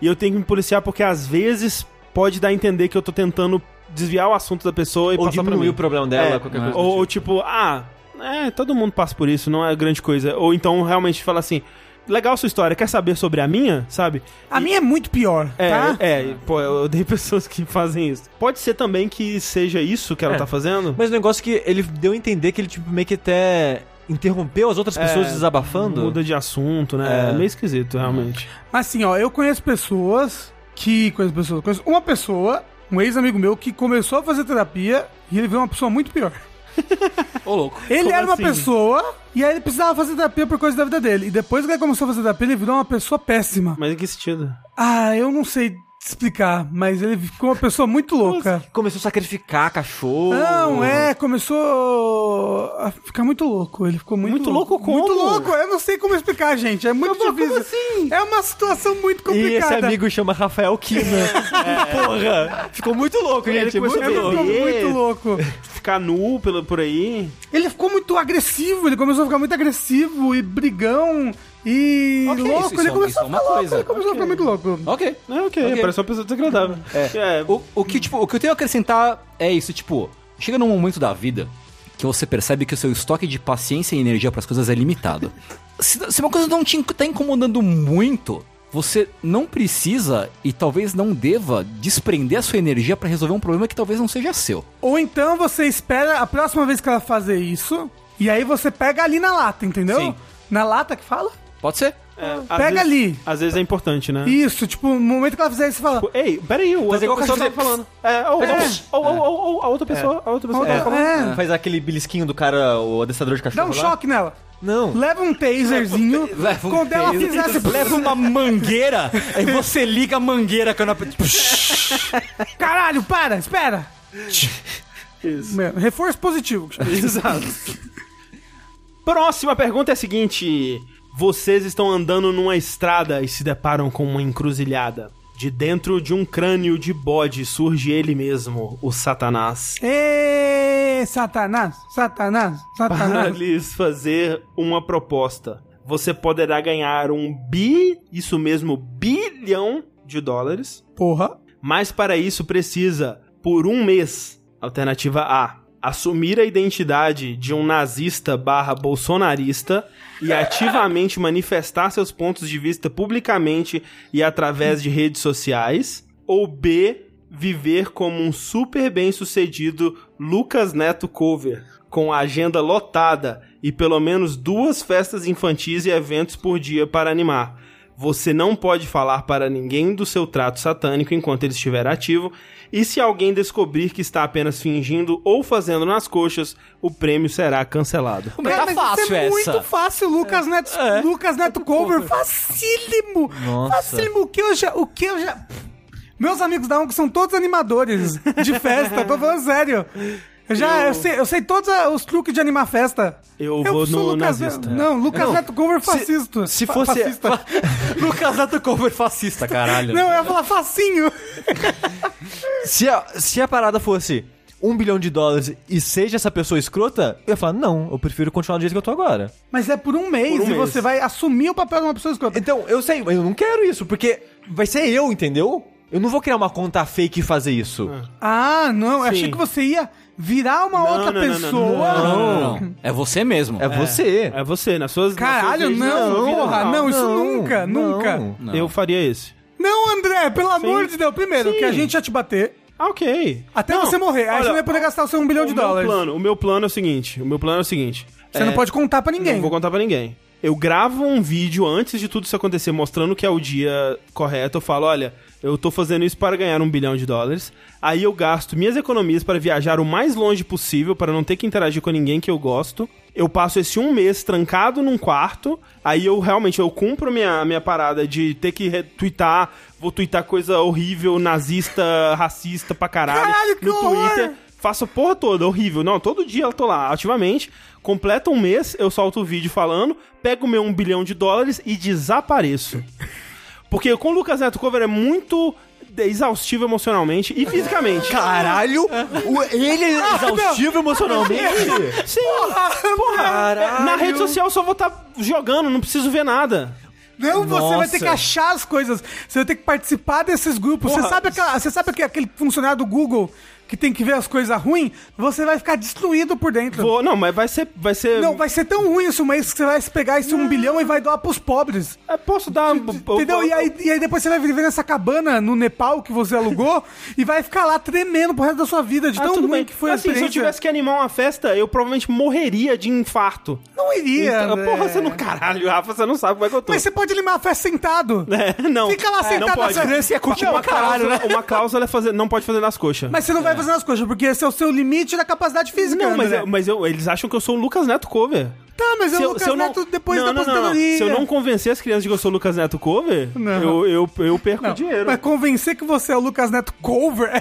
Speaker 1: E eu tenho que me policiar porque às vezes pode dar a entender que eu tô tentando desviar o assunto da pessoa e
Speaker 2: Ou
Speaker 1: passar pra
Speaker 2: diminuir
Speaker 1: mim.
Speaker 2: o problema dela,
Speaker 1: É,
Speaker 2: qualquer
Speaker 3: não é.
Speaker 2: coisa. do
Speaker 1: Ou,
Speaker 2: tipo.
Speaker 1: tipo, ah, é, todo mundo passa por isso, não é grande coisa. Ou então realmente fala assim, legal sua história, quer saber sobre a minha, sabe?
Speaker 4: A minha é muito pior,
Speaker 1: É,
Speaker 4: tá?
Speaker 1: é, e, pô, eu odeio pessoas que fazem isso. Pode ser também que seja isso que ela
Speaker 2: É.
Speaker 1: tá fazendo.
Speaker 2: Mas o negócio é que ele deu a entender que ele, tipo, meio que até interrompeu as outras pessoas desabafando.
Speaker 1: Muda de assunto, né? É,
Speaker 2: É.
Speaker 1: meio esquisito, realmente.
Speaker 4: Mas assim, ó, eu conheço pessoas que. Conheço pessoas. Conheço uma pessoa, um ex-amigo meu, que começou a fazer terapia e ele virou uma pessoa muito pior.
Speaker 3: Ô, louco.
Speaker 4: Ele
Speaker 1: Como
Speaker 4: era uma
Speaker 1: assim?
Speaker 4: pessoa e aí ele precisava fazer terapia por coisa da vida dele. E depois que ele começou a fazer terapia, ele virou uma pessoa péssima.
Speaker 1: Mas em que sentido?
Speaker 4: Ah, eu não sei te explicar, mas ele ficou uma pessoa muito louca.
Speaker 2: Começou a sacrificar cachorro.
Speaker 4: Não, é, começou a ficar muito louco. Ele ficou muito,
Speaker 1: Muito louco como?
Speaker 4: Muito louco, eu não sei como explicar, gente. É muito difícil. É uma situação muito
Speaker 2: E
Speaker 4: complicada.
Speaker 2: esse amigo chama Rafael Kina. Porra! Ficou muito louco,
Speaker 1: Ele
Speaker 2: gente. é
Speaker 1: começou
Speaker 2: Muito
Speaker 1: a beber.
Speaker 2: louco.
Speaker 4: Ele ficou muito louco.
Speaker 1: Ficar nu pelo, por aí.
Speaker 4: Ele ficou muito agressivo, ele começou a ficar muito agressivo e brigão e
Speaker 3: Ok,
Speaker 4: louco.
Speaker 3: isso- isso
Speaker 4: ele
Speaker 3: é um- isso
Speaker 4: começou
Speaker 3: é
Speaker 4: a
Speaker 3: uma
Speaker 4: ficar louco,
Speaker 3: coisa.
Speaker 4: ele começou a ficar muito louco.
Speaker 3: Ok.
Speaker 1: É, ok,
Speaker 3: Ok.
Speaker 1: parece uma pessoa desagradável. É.
Speaker 3: O, o que, tipo, o que eu tenho a acrescentar é isso, tipo, chega num momento da vida que você percebe que o seu estoque de paciência e energia para as coisas é limitado. Se, se uma coisa não te inc- tá incomodando muito, você não precisa e talvez não deva desprender a sua energia para resolver um problema que talvez não seja seu.
Speaker 4: Ou então você espera a próxima vez que ela fazer isso, e aí você pega ali na lata, entendeu?
Speaker 3: Sim.
Speaker 4: Na lata que fala?
Speaker 3: Pode ser?
Speaker 1: É, às
Speaker 4: Pega
Speaker 1: vezes-
Speaker 4: ali.
Speaker 1: Às vezes é importante,
Speaker 3: Hum.
Speaker 1: né?
Speaker 4: Isso, tipo, no momento que ela fizer isso, você fala.
Speaker 1: Tipo, Ei, peraí, o
Speaker 2: Fazer
Speaker 1: outra
Speaker 2: igual o
Speaker 1: pessoa
Speaker 2: cachorro
Speaker 1: tá falando. É, ou, ou, ou, ou, ou a outra pessoa, a outra pessoa
Speaker 4: "Olha,
Speaker 1: tá falando.
Speaker 4: é,
Speaker 2: Faz aquele belisquinho do cara, o adestrador de cachorro.
Speaker 4: dá um
Speaker 2: lá.
Speaker 4: choque nela.
Speaker 2: Não.
Speaker 4: Leva um taserzinho.
Speaker 3: Leva um
Speaker 4: quando ela
Speaker 3: taser.
Speaker 4: fizer esse.
Speaker 3: Leva uma mangueira, aí você liga a mangueira quando a...
Speaker 4: Caralho, para, espera!
Speaker 1: Isso.
Speaker 4: Meu, reforço positivo.
Speaker 1: Exato. Próxima pergunta é a seguinte: Vocês estão andando numa estrada e se deparam com uma encruzilhada. De dentro de um crânio de bode surge ele mesmo, o Satanás.
Speaker 4: Ê, Satanás, Satanás,
Speaker 1: para
Speaker 4: Satanás.
Speaker 1: lhes fazer uma proposta. Você poderá ganhar um bi, isso mesmo, bilhão de dólares,
Speaker 4: Porra.
Speaker 1: mas para isso precisa, por um mês, alternativa A, assumir a identidade de um nazista barra bolsonarista e ativamente manifestar seus pontos de vista publicamente e através de redes sociais, ou B, viver como um super bem sucedido Lucas Neto Cover, com a agenda lotada e pelo menos duas festas infantis e eventos por dia para animar. Você não pode falar para ninguém do seu trato satânico enquanto ele estiver ativo, e se alguém descobrir que está apenas fingindo ou fazendo nas coxas, o prêmio será cancelado.
Speaker 3: Mas
Speaker 4: Cara,
Speaker 3: tá
Speaker 4: isso
Speaker 3: fácil
Speaker 4: é
Speaker 3: essa.
Speaker 4: muito fácil, Lucas Neto, Lucas Neto cover, facílimo.
Speaker 2: Nossa.
Speaker 4: Facílimo, o que eu já, o que eu já... Meus amigos da ONG são todos animadores de festa, tô falando sério. Eu já, eu... sei, eu sei todos a- os truques de animar festa.
Speaker 1: Eu vou
Speaker 4: sou
Speaker 1: no
Speaker 4: Lucas
Speaker 1: nazista.
Speaker 4: Neto- Não, Lucas Neto cover fascista.
Speaker 2: Se
Speaker 4: Fa-
Speaker 2: fosse.
Speaker 4: Fascista.
Speaker 2: Lucas Neto Cover fascista, caralho.
Speaker 4: Não, eu ia falar facinho.
Speaker 2: Se, a, se a parada fosse um bilhão de dólares e seja essa pessoa escrota, eu ia falar, não, eu prefiro continuar do jeito que eu tô agora.
Speaker 4: Mas é por um mês
Speaker 1: Por um
Speaker 4: e
Speaker 1: mês.
Speaker 4: você vai assumir o papel de uma pessoa escrota.
Speaker 2: Então, eu sei, mas eu não quero isso, porque vai ser eu, entendeu? Eu não vou criar uma conta fake e fazer isso.
Speaker 4: Ah, não, eu achei
Speaker 1: Sim.
Speaker 4: que você ia virar uma
Speaker 1: Não,
Speaker 4: outra
Speaker 1: não, não, não,
Speaker 4: pessoa.
Speaker 1: não,
Speaker 3: Não, não. É você mesmo.
Speaker 2: É, você.
Speaker 1: É você, nas suas. nas
Speaker 4: Caralho,
Speaker 1: suas redes,
Speaker 4: não,
Speaker 1: vida
Speaker 4: porra,
Speaker 1: normal.
Speaker 4: não, isso nunca,
Speaker 2: não.
Speaker 4: nunca.
Speaker 3: Não.
Speaker 1: Eu faria esse.
Speaker 4: Não, André, pelo amor de Deus. Primeiro, que a gente ia te bater
Speaker 1: Ah, ok.
Speaker 4: até
Speaker 1: Não,
Speaker 4: você morrer. Aí
Speaker 1: olha,
Speaker 4: você não ia poder gastar o seu um bilhão
Speaker 1: o
Speaker 4: de
Speaker 1: meu
Speaker 4: dólares.
Speaker 1: Plano, o meu plano é o seguinte: o meu plano é o seguinte.
Speaker 4: Você não pode contar pra ninguém.
Speaker 1: Não vou contar pra ninguém. Eu gravo um vídeo antes de tudo isso acontecer, mostrando que é o dia correto. Eu falo, olha, eu tô fazendo isso para ganhar um bilhão de dólares. Aí eu gasto minhas economias para viajar o mais longe possível, para não ter que interagir com ninguém que eu gosto. Eu passo esse um mês trancado num quarto, aí eu realmente eu cumpro minha, minha parada de ter que retweetar, vou tweetar coisa horrível, nazista, racista pra caralho,
Speaker 4: Caralho, que
Speaker 1: no
Speaker 4: horror!
Speaker 1: Twitter. Faço a porra toda, horrível. Não, todo dia eu tô lá, ativamente. Completa um mês, eu solto o vídeo falando, pego meu um bilhão de dólares e desapareço. Porque com o Lucas Neto Cover é muito exaustivo emocionalmente e fisicamente.
Speaker 2: Caralho! o- ele é exaustivo emocionalmente!
Speaker 1: Sim! Porra!
Speaker 2: Caralho.
Speaker 1: Na rede social eu só vou estar jogando, não preciso ver nada.
Speaker 4: Não, você vai ter
Speaker 2: Nossa.
Speaker 4: que achar as coisas. Você vai ter que participar desses grupos. Você
Speaker 2: Porra.
Speaker 4: sabe, aquela- você sabe que é aquele funcionário do Google que tem que ver as coisas ruins? Você vai ficar destruído por dentro.
Speaker 1: Vou, não, mas vai ser. Vai ser
Speaker 4: Não, vai ser tão ruim esse mês que você vai pegar esse um bilhão e vai doar pros pobres.
Speaker 1: É, posso dar.
Speaker 4: Entendeu? E aí, e aí depois você vai viver nessa cabana no Nepal que você alugou e vai ficar lá tremendo pro resto da sua vida de
Speaker 1: Ah,
Speaker 4: tão
Speaker 1: tudo
Speaker 4: ruim
Speaker 1: bem.
Speaker 4: que foi a
Speaker 1: assim, se eu
Speaker 4: experiência.
Speaker 1: tivesse que animar uma festa, eu provavelmente morreria de infarto.
Speaker 4: Não iria.
Speaker 1: Então,
Speaker 4: né?
Speaker 1: Porra, você não. Caralho, Rafa, você não sabe como é que eu tô.
Speaker 4: Mas você pode limar a festa sentado.
Speaker 1: É, não.
Speaker 4: Fica lá sentado
Speaker 1: não pode.
Speaker 4: nessa- Criança ia curtir pra caralho, né?
Speaker 1: cláusula- Uma cláusula é fazer, não pode fazer nas coxas.
Speaker 4: Mas você não vai fazer as coisas, porque esse é o seu limite da capacidade física.
Speaker 1: não, mas,
Speaker 4: André.
Speaker 1: eu- mas eu- eles acham que eu sou o Lucas Neto Cover.
Speaker 4: Tá, mas eu, o Lucas Neto depois da aposentadoria.
Speaker 1: Se eu não convencer as crianças de que eu sou o Lucas Neto Cover,
Speaker 4: Não.
Speaker 1: eu, eu, eu perco
Speaker 4: Não,
Speaker 1: dinheiro.
Speaker 4: Mas convencer que você é o Lucas Neto cover é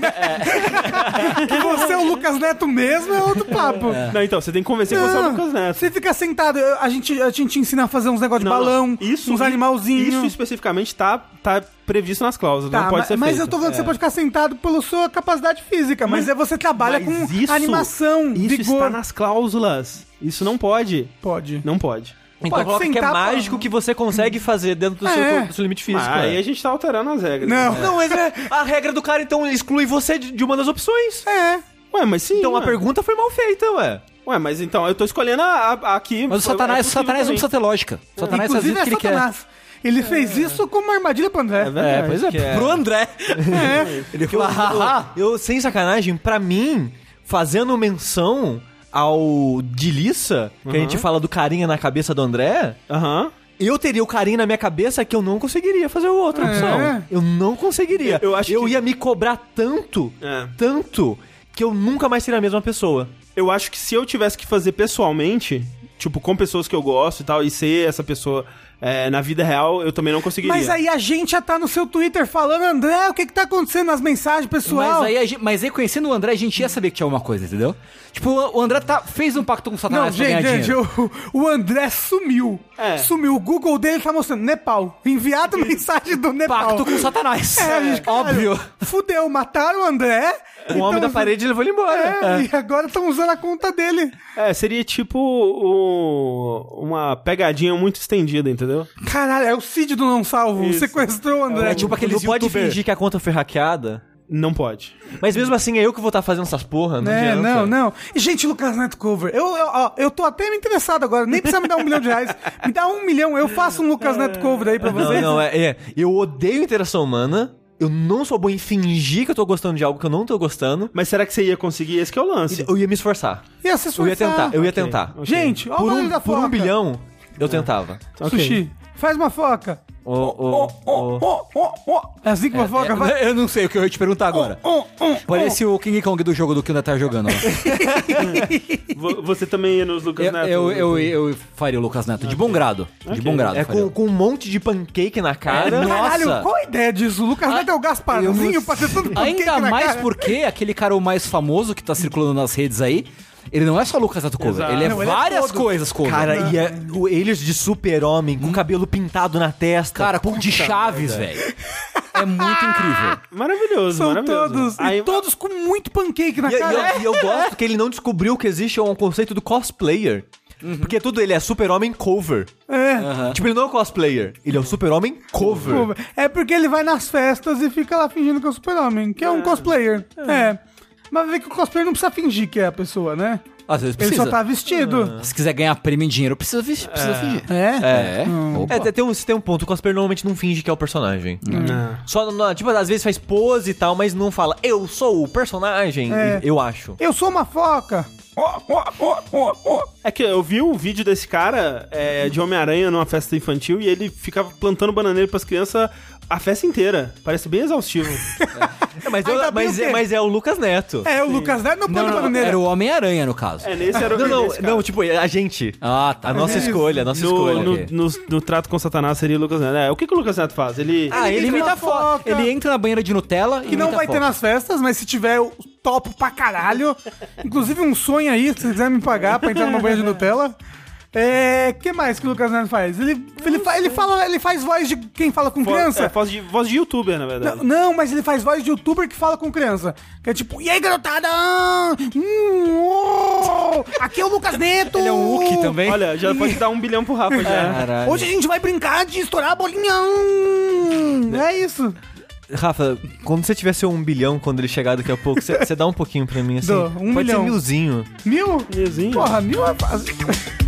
Speaker 4: né? que você é o Lucas Neto mesmo é outro papo.
Speaker 1: Não, então, você tem que convencer que eu sou o
Speaker 4: Não,
Speaker 1: Lucas Neto.
Speaker 4: Você fica sentado, eu- a gente, a gente ensina a fazer uns negócios de
Speaker 1: Não,
Speaker 4: balão, uns animalzinhos.
Speaker 1: Isso especificamente tá, tá previsto nas cláusulas,
Speaker 4: Tá,
Speaker 1: não pode
Speaker 4: mas,
Speaker 1: ser
Speaker 4: mas
Speaker 1: feito. É.
Speaker 4: eu tô falando que você pode ficar sentado pela sua capacidade física, mas, é você trabalha
Speaker 1: Mas
Speaker 4: com animação,
Speaker 1: isso
Speaker 4: vigor.
Speaker 1: está nas cláusulas. Isso não pode.
Speaker 4: Pode.
Speaker 1: Não pode.
Speaker 2: Então
Speaker 4: Pode
Speaker 2: coloca que é
Speaker 4: sentar pra-
Speaker 2: mágico que você consegue fazer dentro do,
Speaker 4: É.
Speaker 2: seu, do seu limite físico.
Speaker 1: Ah,
Speaker 2: é.
Speaker 1: aí a gente tá alterando as regras.
Speaker 4: Não.
Speaker 2: Não, mas é- a regra do cara, então, exclui você de, de uma das opções.
Speaker 4: É.
Speaker 1: Ué, mas sim.
Speaker 2: Então a
Speaker 1: ué.
Speaker 2: pergunta foi mal feita, ué.
Speaker 1: Ué, mas então, eu tô escolhendo a, a- a aqui.
Speaker 3: Mas o
Speaker 1: foi-
Speaker 3: Satanás,
Speaker 1: é
Speaker 3: o Satanás não
Speaker 1: possível
Speaker 3: precisa ter lógica. O
Speaker 1: Tá
Speaker 3: Satanás faz
Speaker 4: Inclusive
Speaker 3: isso
Speaker 4: é
Speaker 3: que ele quer.
Speaker 4: Satanás. Ele fez isso como uma armadilha pro André.
Speaker 1: também. É verdade.
Speaker 3: É, pois
Speaker 2: que
Speaker 3: é.
Speaker 2: é-
Speaker 3: Pro André.
Speaker 4: É.
Speaker 3: Ele
Speaker 2: Eu, eu- eu, sem sacanagem, pra mim, fazendo menção ao de liça, que a gente
Speaker 4: Uhum.
Speaker 2: fala do carinha na cabeça do André,
Speaker 1: Aham.
Speaker 2: eu teria o carinho na minha cabeça que eu não conseguiria fazer a
Speaker 4: É.
Speaker 2: outra opção. Eu não conseguiria.
Speaker 1: Eu- eu acho que-
Speaker 2: ia me cobrar tanto,
Speaker 1: É.
Speaker 2: tanto, que eu nunca mais seria a mesma pessoa.
Speaker 1: Eu acho que se eu tivesse que fazer pessoalmente, tipo, com pessoas que eu gosto e tal, e ser essa pessoa é, na vida real, eu também não conseguiria.
Speaker 4: Mas aí a gente já tá no seu Twitter falando, André, o que que tá acontecendo nas mensagens,
Speaker 3: Mas
Speaker 4: pessoal?
Speaker 3: aí, é a gente- mas aí, conhecendo o André, a gente ia saber que tinha alguma coisa, entendeu? Tipo, o André tá, fez um pacto com o
Speaker 4: Não,
Speaker 3: Satanás pra
Speaker 4: gente,
Speaker 3: ganhar
Speaker 4: gente,
Speaker 3: dinheiro.
Speaker 4: o, o André sumiu.
Speaker 1: É.
Speaker 4: Sumiu. O Google dele tá mostrando Nepal. Enviado mensagem do Nepal.
Speaker 3: Pacto com o Satanás.
Speaker 4: É, gente, caralho.
Speaker 3: Óbvio.
Speaker 4: Fudeu, mataram o André.
Speaker 2: O Um homem da parede levou ele embora.
Speaker 4: É, e agora estão usando a conta dele.
Speaker 1: É, seria tipo o- uma pegadinha muito estendida, entendeu?
Speaker 4: Caralho, é o Cid do Não Salvo.
Speaker 1: Isso.
Speaker 4: Sequestrou o André.
Speaker 2: É tipo aqueles
Speaker 3: Não pode
Speaker 2: youtuber.
Speaker 3: fingir
Speaker 2: que a conta foi hackeada.
Speaker 1: Não pode.
Speaker 2: Mas mesmo assim é eu que vou estar fazendo essas porra, não
Speaker 4: É,
Speaker 2: adianta.
Speaker 4: não, não. E, Gente, Lucas Neto Cover, eu, eu, ó, eu tô até me interessado agora, nem precisa me dar um milhão de reais. Me dá um milhão, eu faço um Lucas Neto Cover aí pra
Speaker 2: Não,
Speaker 4: vocês.
Speaker 2: não, é, é. Eu odeio interação humana. Eu não sou bom em fingir que eu tô gostando de algo que eu não tô gostando.
Speaker 1: Mas será que você ia conseguir? Esse que é o lance.
Speaker 2: Eu ia me esforçar.
Speaker 4: E essa
Speaker 2: Eu ia tentar, eu ia tentar.
Speaker 1: ok.
Speaker 4: Gente, ó o
Speaker 2: Por
Speaker 4: barulho
Speaker 2: um,
Speaker 4: da
Speaker 2: por
Speaker 4: foca.
Speaker 2: um bilhão, eu tentava.
Speaker 1: Ok.
Speaker 4: Sushi, faz uma foca.
Speaker 2: Ô, ô, ô.
Speaker 4: É assim que uma foca
Speaker 2: né?
Speaker 4: faz?
Speaker 3: Eu não sei o que eu ia te perguntar agora.
Speaker 4: Oh, oh,
Speaker 3: Parece o King Kong do jogo do que o André tá jogando. ó.
Speaker 1: Vo- Você também ia nos Lucas
Speaker 3: Eu,
Speaker 1: Neto?
Speaker 3: eu, eu, eu faria o Lucas Neto de bom grado. De bom grado.
Speaker 2: É
Speaker 3: faria.
Speaker 2: com, com um monte de pancake na cara.
Speaker 3: É, nossa.
Speaker 4: Caralho, qual a ideia disso? O Lucas
Speaker 2: Ah,
Speaker 4: Neto é o Gasparzinho pra ter tanto pancake
Speaker 3: Ainda
Speaker 4: na
Speaker 3: mais
Speaker 4: cara.
Speaker 3: porque aquele cara o mais famoso que tá circulando nas redes aí, ele não é só Lucas Neto Cover,
Speaker 1: Exato.
Speaker 3: ele é
Speaker 1: Não,
Speaker 4: ele é
Speaker 3: várias
Speaker 4: todo.
Speaker 3: coisas cover.
Speaker 2: Cara, e é, o, eles de super-homem, com o cabelo pintado na testa.
Speaker 3: Cara, com de Chaves, velho. É muito incrível.
Speaker 1: Maravilhoso,
Speaker 4: São
Speaker 1: maravilhoso.
Speaker 4: todos,
Speaker 1: Aí-
Speaker 4: e todos com muito pancake na
Speaker 2: E, e
Speaker 4: cara.
Speaker 2: eu, e eu gosto que ele não descobriu que existe um conceito do cosplayer. Porque tudo ele é super-homem cover.
Speaker 4: É.
Speaker 2: Tipo, ele não é um cosplayer, ele é um super-homem cover.
Speaker 4: É porque ele vai nas festas e fica lá fingindo que é o super-homem, que é, um cosplayer. É. Mas vê que o cosplayer não precisa fingir que é a pessoa, né?
Speaker 3: Às vezes
Speaker 4: Ele
Speaker 3: precisa.
Speaker 4: só tá vestido.
Speaker 3: Se quiser ganhar prêmio em dinheiro, precisa, vis- precisa fingir.
Speaker 4: É.
Speaker 3: É. Opa.
Speaker 2: É, tem- tem um, tem um ponto, o cosplayer normalmente não finge que é o personagem.
Speaker 1: Ah.
Speaker 2: Só, na- tipo, às vezes faz pose e tal, mas não fala, eu sou o personagem,
Speaker 4: É.
Speaker 2: e- eu acho.
Speaker 4: Eu sou uma foca.
Speaker 1: É que eu vi um vídeo desse cara é, de Homem-Aranha numa festa infantil e ele ficava plantando bananeira pras crianças a festa inteira. Parece bem exaustivo.
Speaker 2: É, mas, eu-
Speaker 4: Ainda bem
Speaker 2: mas
Speaker 4: o quê?
Speaker 2: é, mas é o Lucas Neto.
Speaker 4: É, o Lucas Neto não
Speaker 3: Não,
Speaker 4: planta
Speaker 3: não, não,
Speaker 4: bananeira.
Speaker 3: era o Homem-Aranha, no caso.
Speaker 1: é, nesse era o
Speaker 2: Não, não,
Speaker 1: desse cara.
Speaker 2: não, tipo, a gente.
Speaker 3: Ah, tá.
Speaker 2: A nossa
Speaker 4: Isso.
Speaker 2: escolha, a nossa
Speaker 1: No,
Speaker 2: escolha.
Speaker 1: no,
Speaker 3: ok.
Speaker 1: no, no trato com Satanás seria o Lucas Neto. É, o que, que o Lucas Neto faz? Ele.
Speaker 3: Ah, ele,
Speaker 4: Ele imita
Speaker 3: imita
Speaker 4: a
Speaker 3: a foca.
Speaker 4: foca.
Speaker 3: Ele entra na banheira de Nutella e
Speaker 4: Que não
Speaker 3: imita a
Speaker 4: vai ter
Speaker 3: foca.
Speaker 4: nas festas, mas se tiver, eu topo pra caralho. Inclusive um sonho aí, se você quiser me pagar pra entrar numa banha de Nutella. É. O que mais que o Lucas Neto faz? Ele, ele, fa- ele fala, ele faz voz de quem fala com
Speaker 1: vo-
Speaker 4: criança.
Speaker 1: é, voz, de, voz de youtuber, na verdade.
Speaker 4: Não, não, mas ele faz voz de youtuber que fala com criança. Que é tipo, e aí, garotada? Hum, oh, aqui é o Lucas Neto!
Speaker 3: Ele é um Wookie
Speaker 2: Uh,
Speaker 3: também.
Speaker 1: Olha, já pode dar um bilhão pro Rafa já.
Speaker 2: Caralho.
Speaker 4: Hoje a gente vai brincar de estourar a bolinha. hum. É isso.
Speaker 2: Rafa, quando você tiver seu um bilhão, quando ele chegar daqui a pouco, você, você dá um pouquinho pra mim, assim.
Speaker 4: Dou,
Speaker 2: Pode
Speaker 4: um milhão.
Speaker 2: ser milzinho.
Speaker 4: Mil?
Speaker 1: Milzinho?
Speaker 4: Porra, mil é fácil.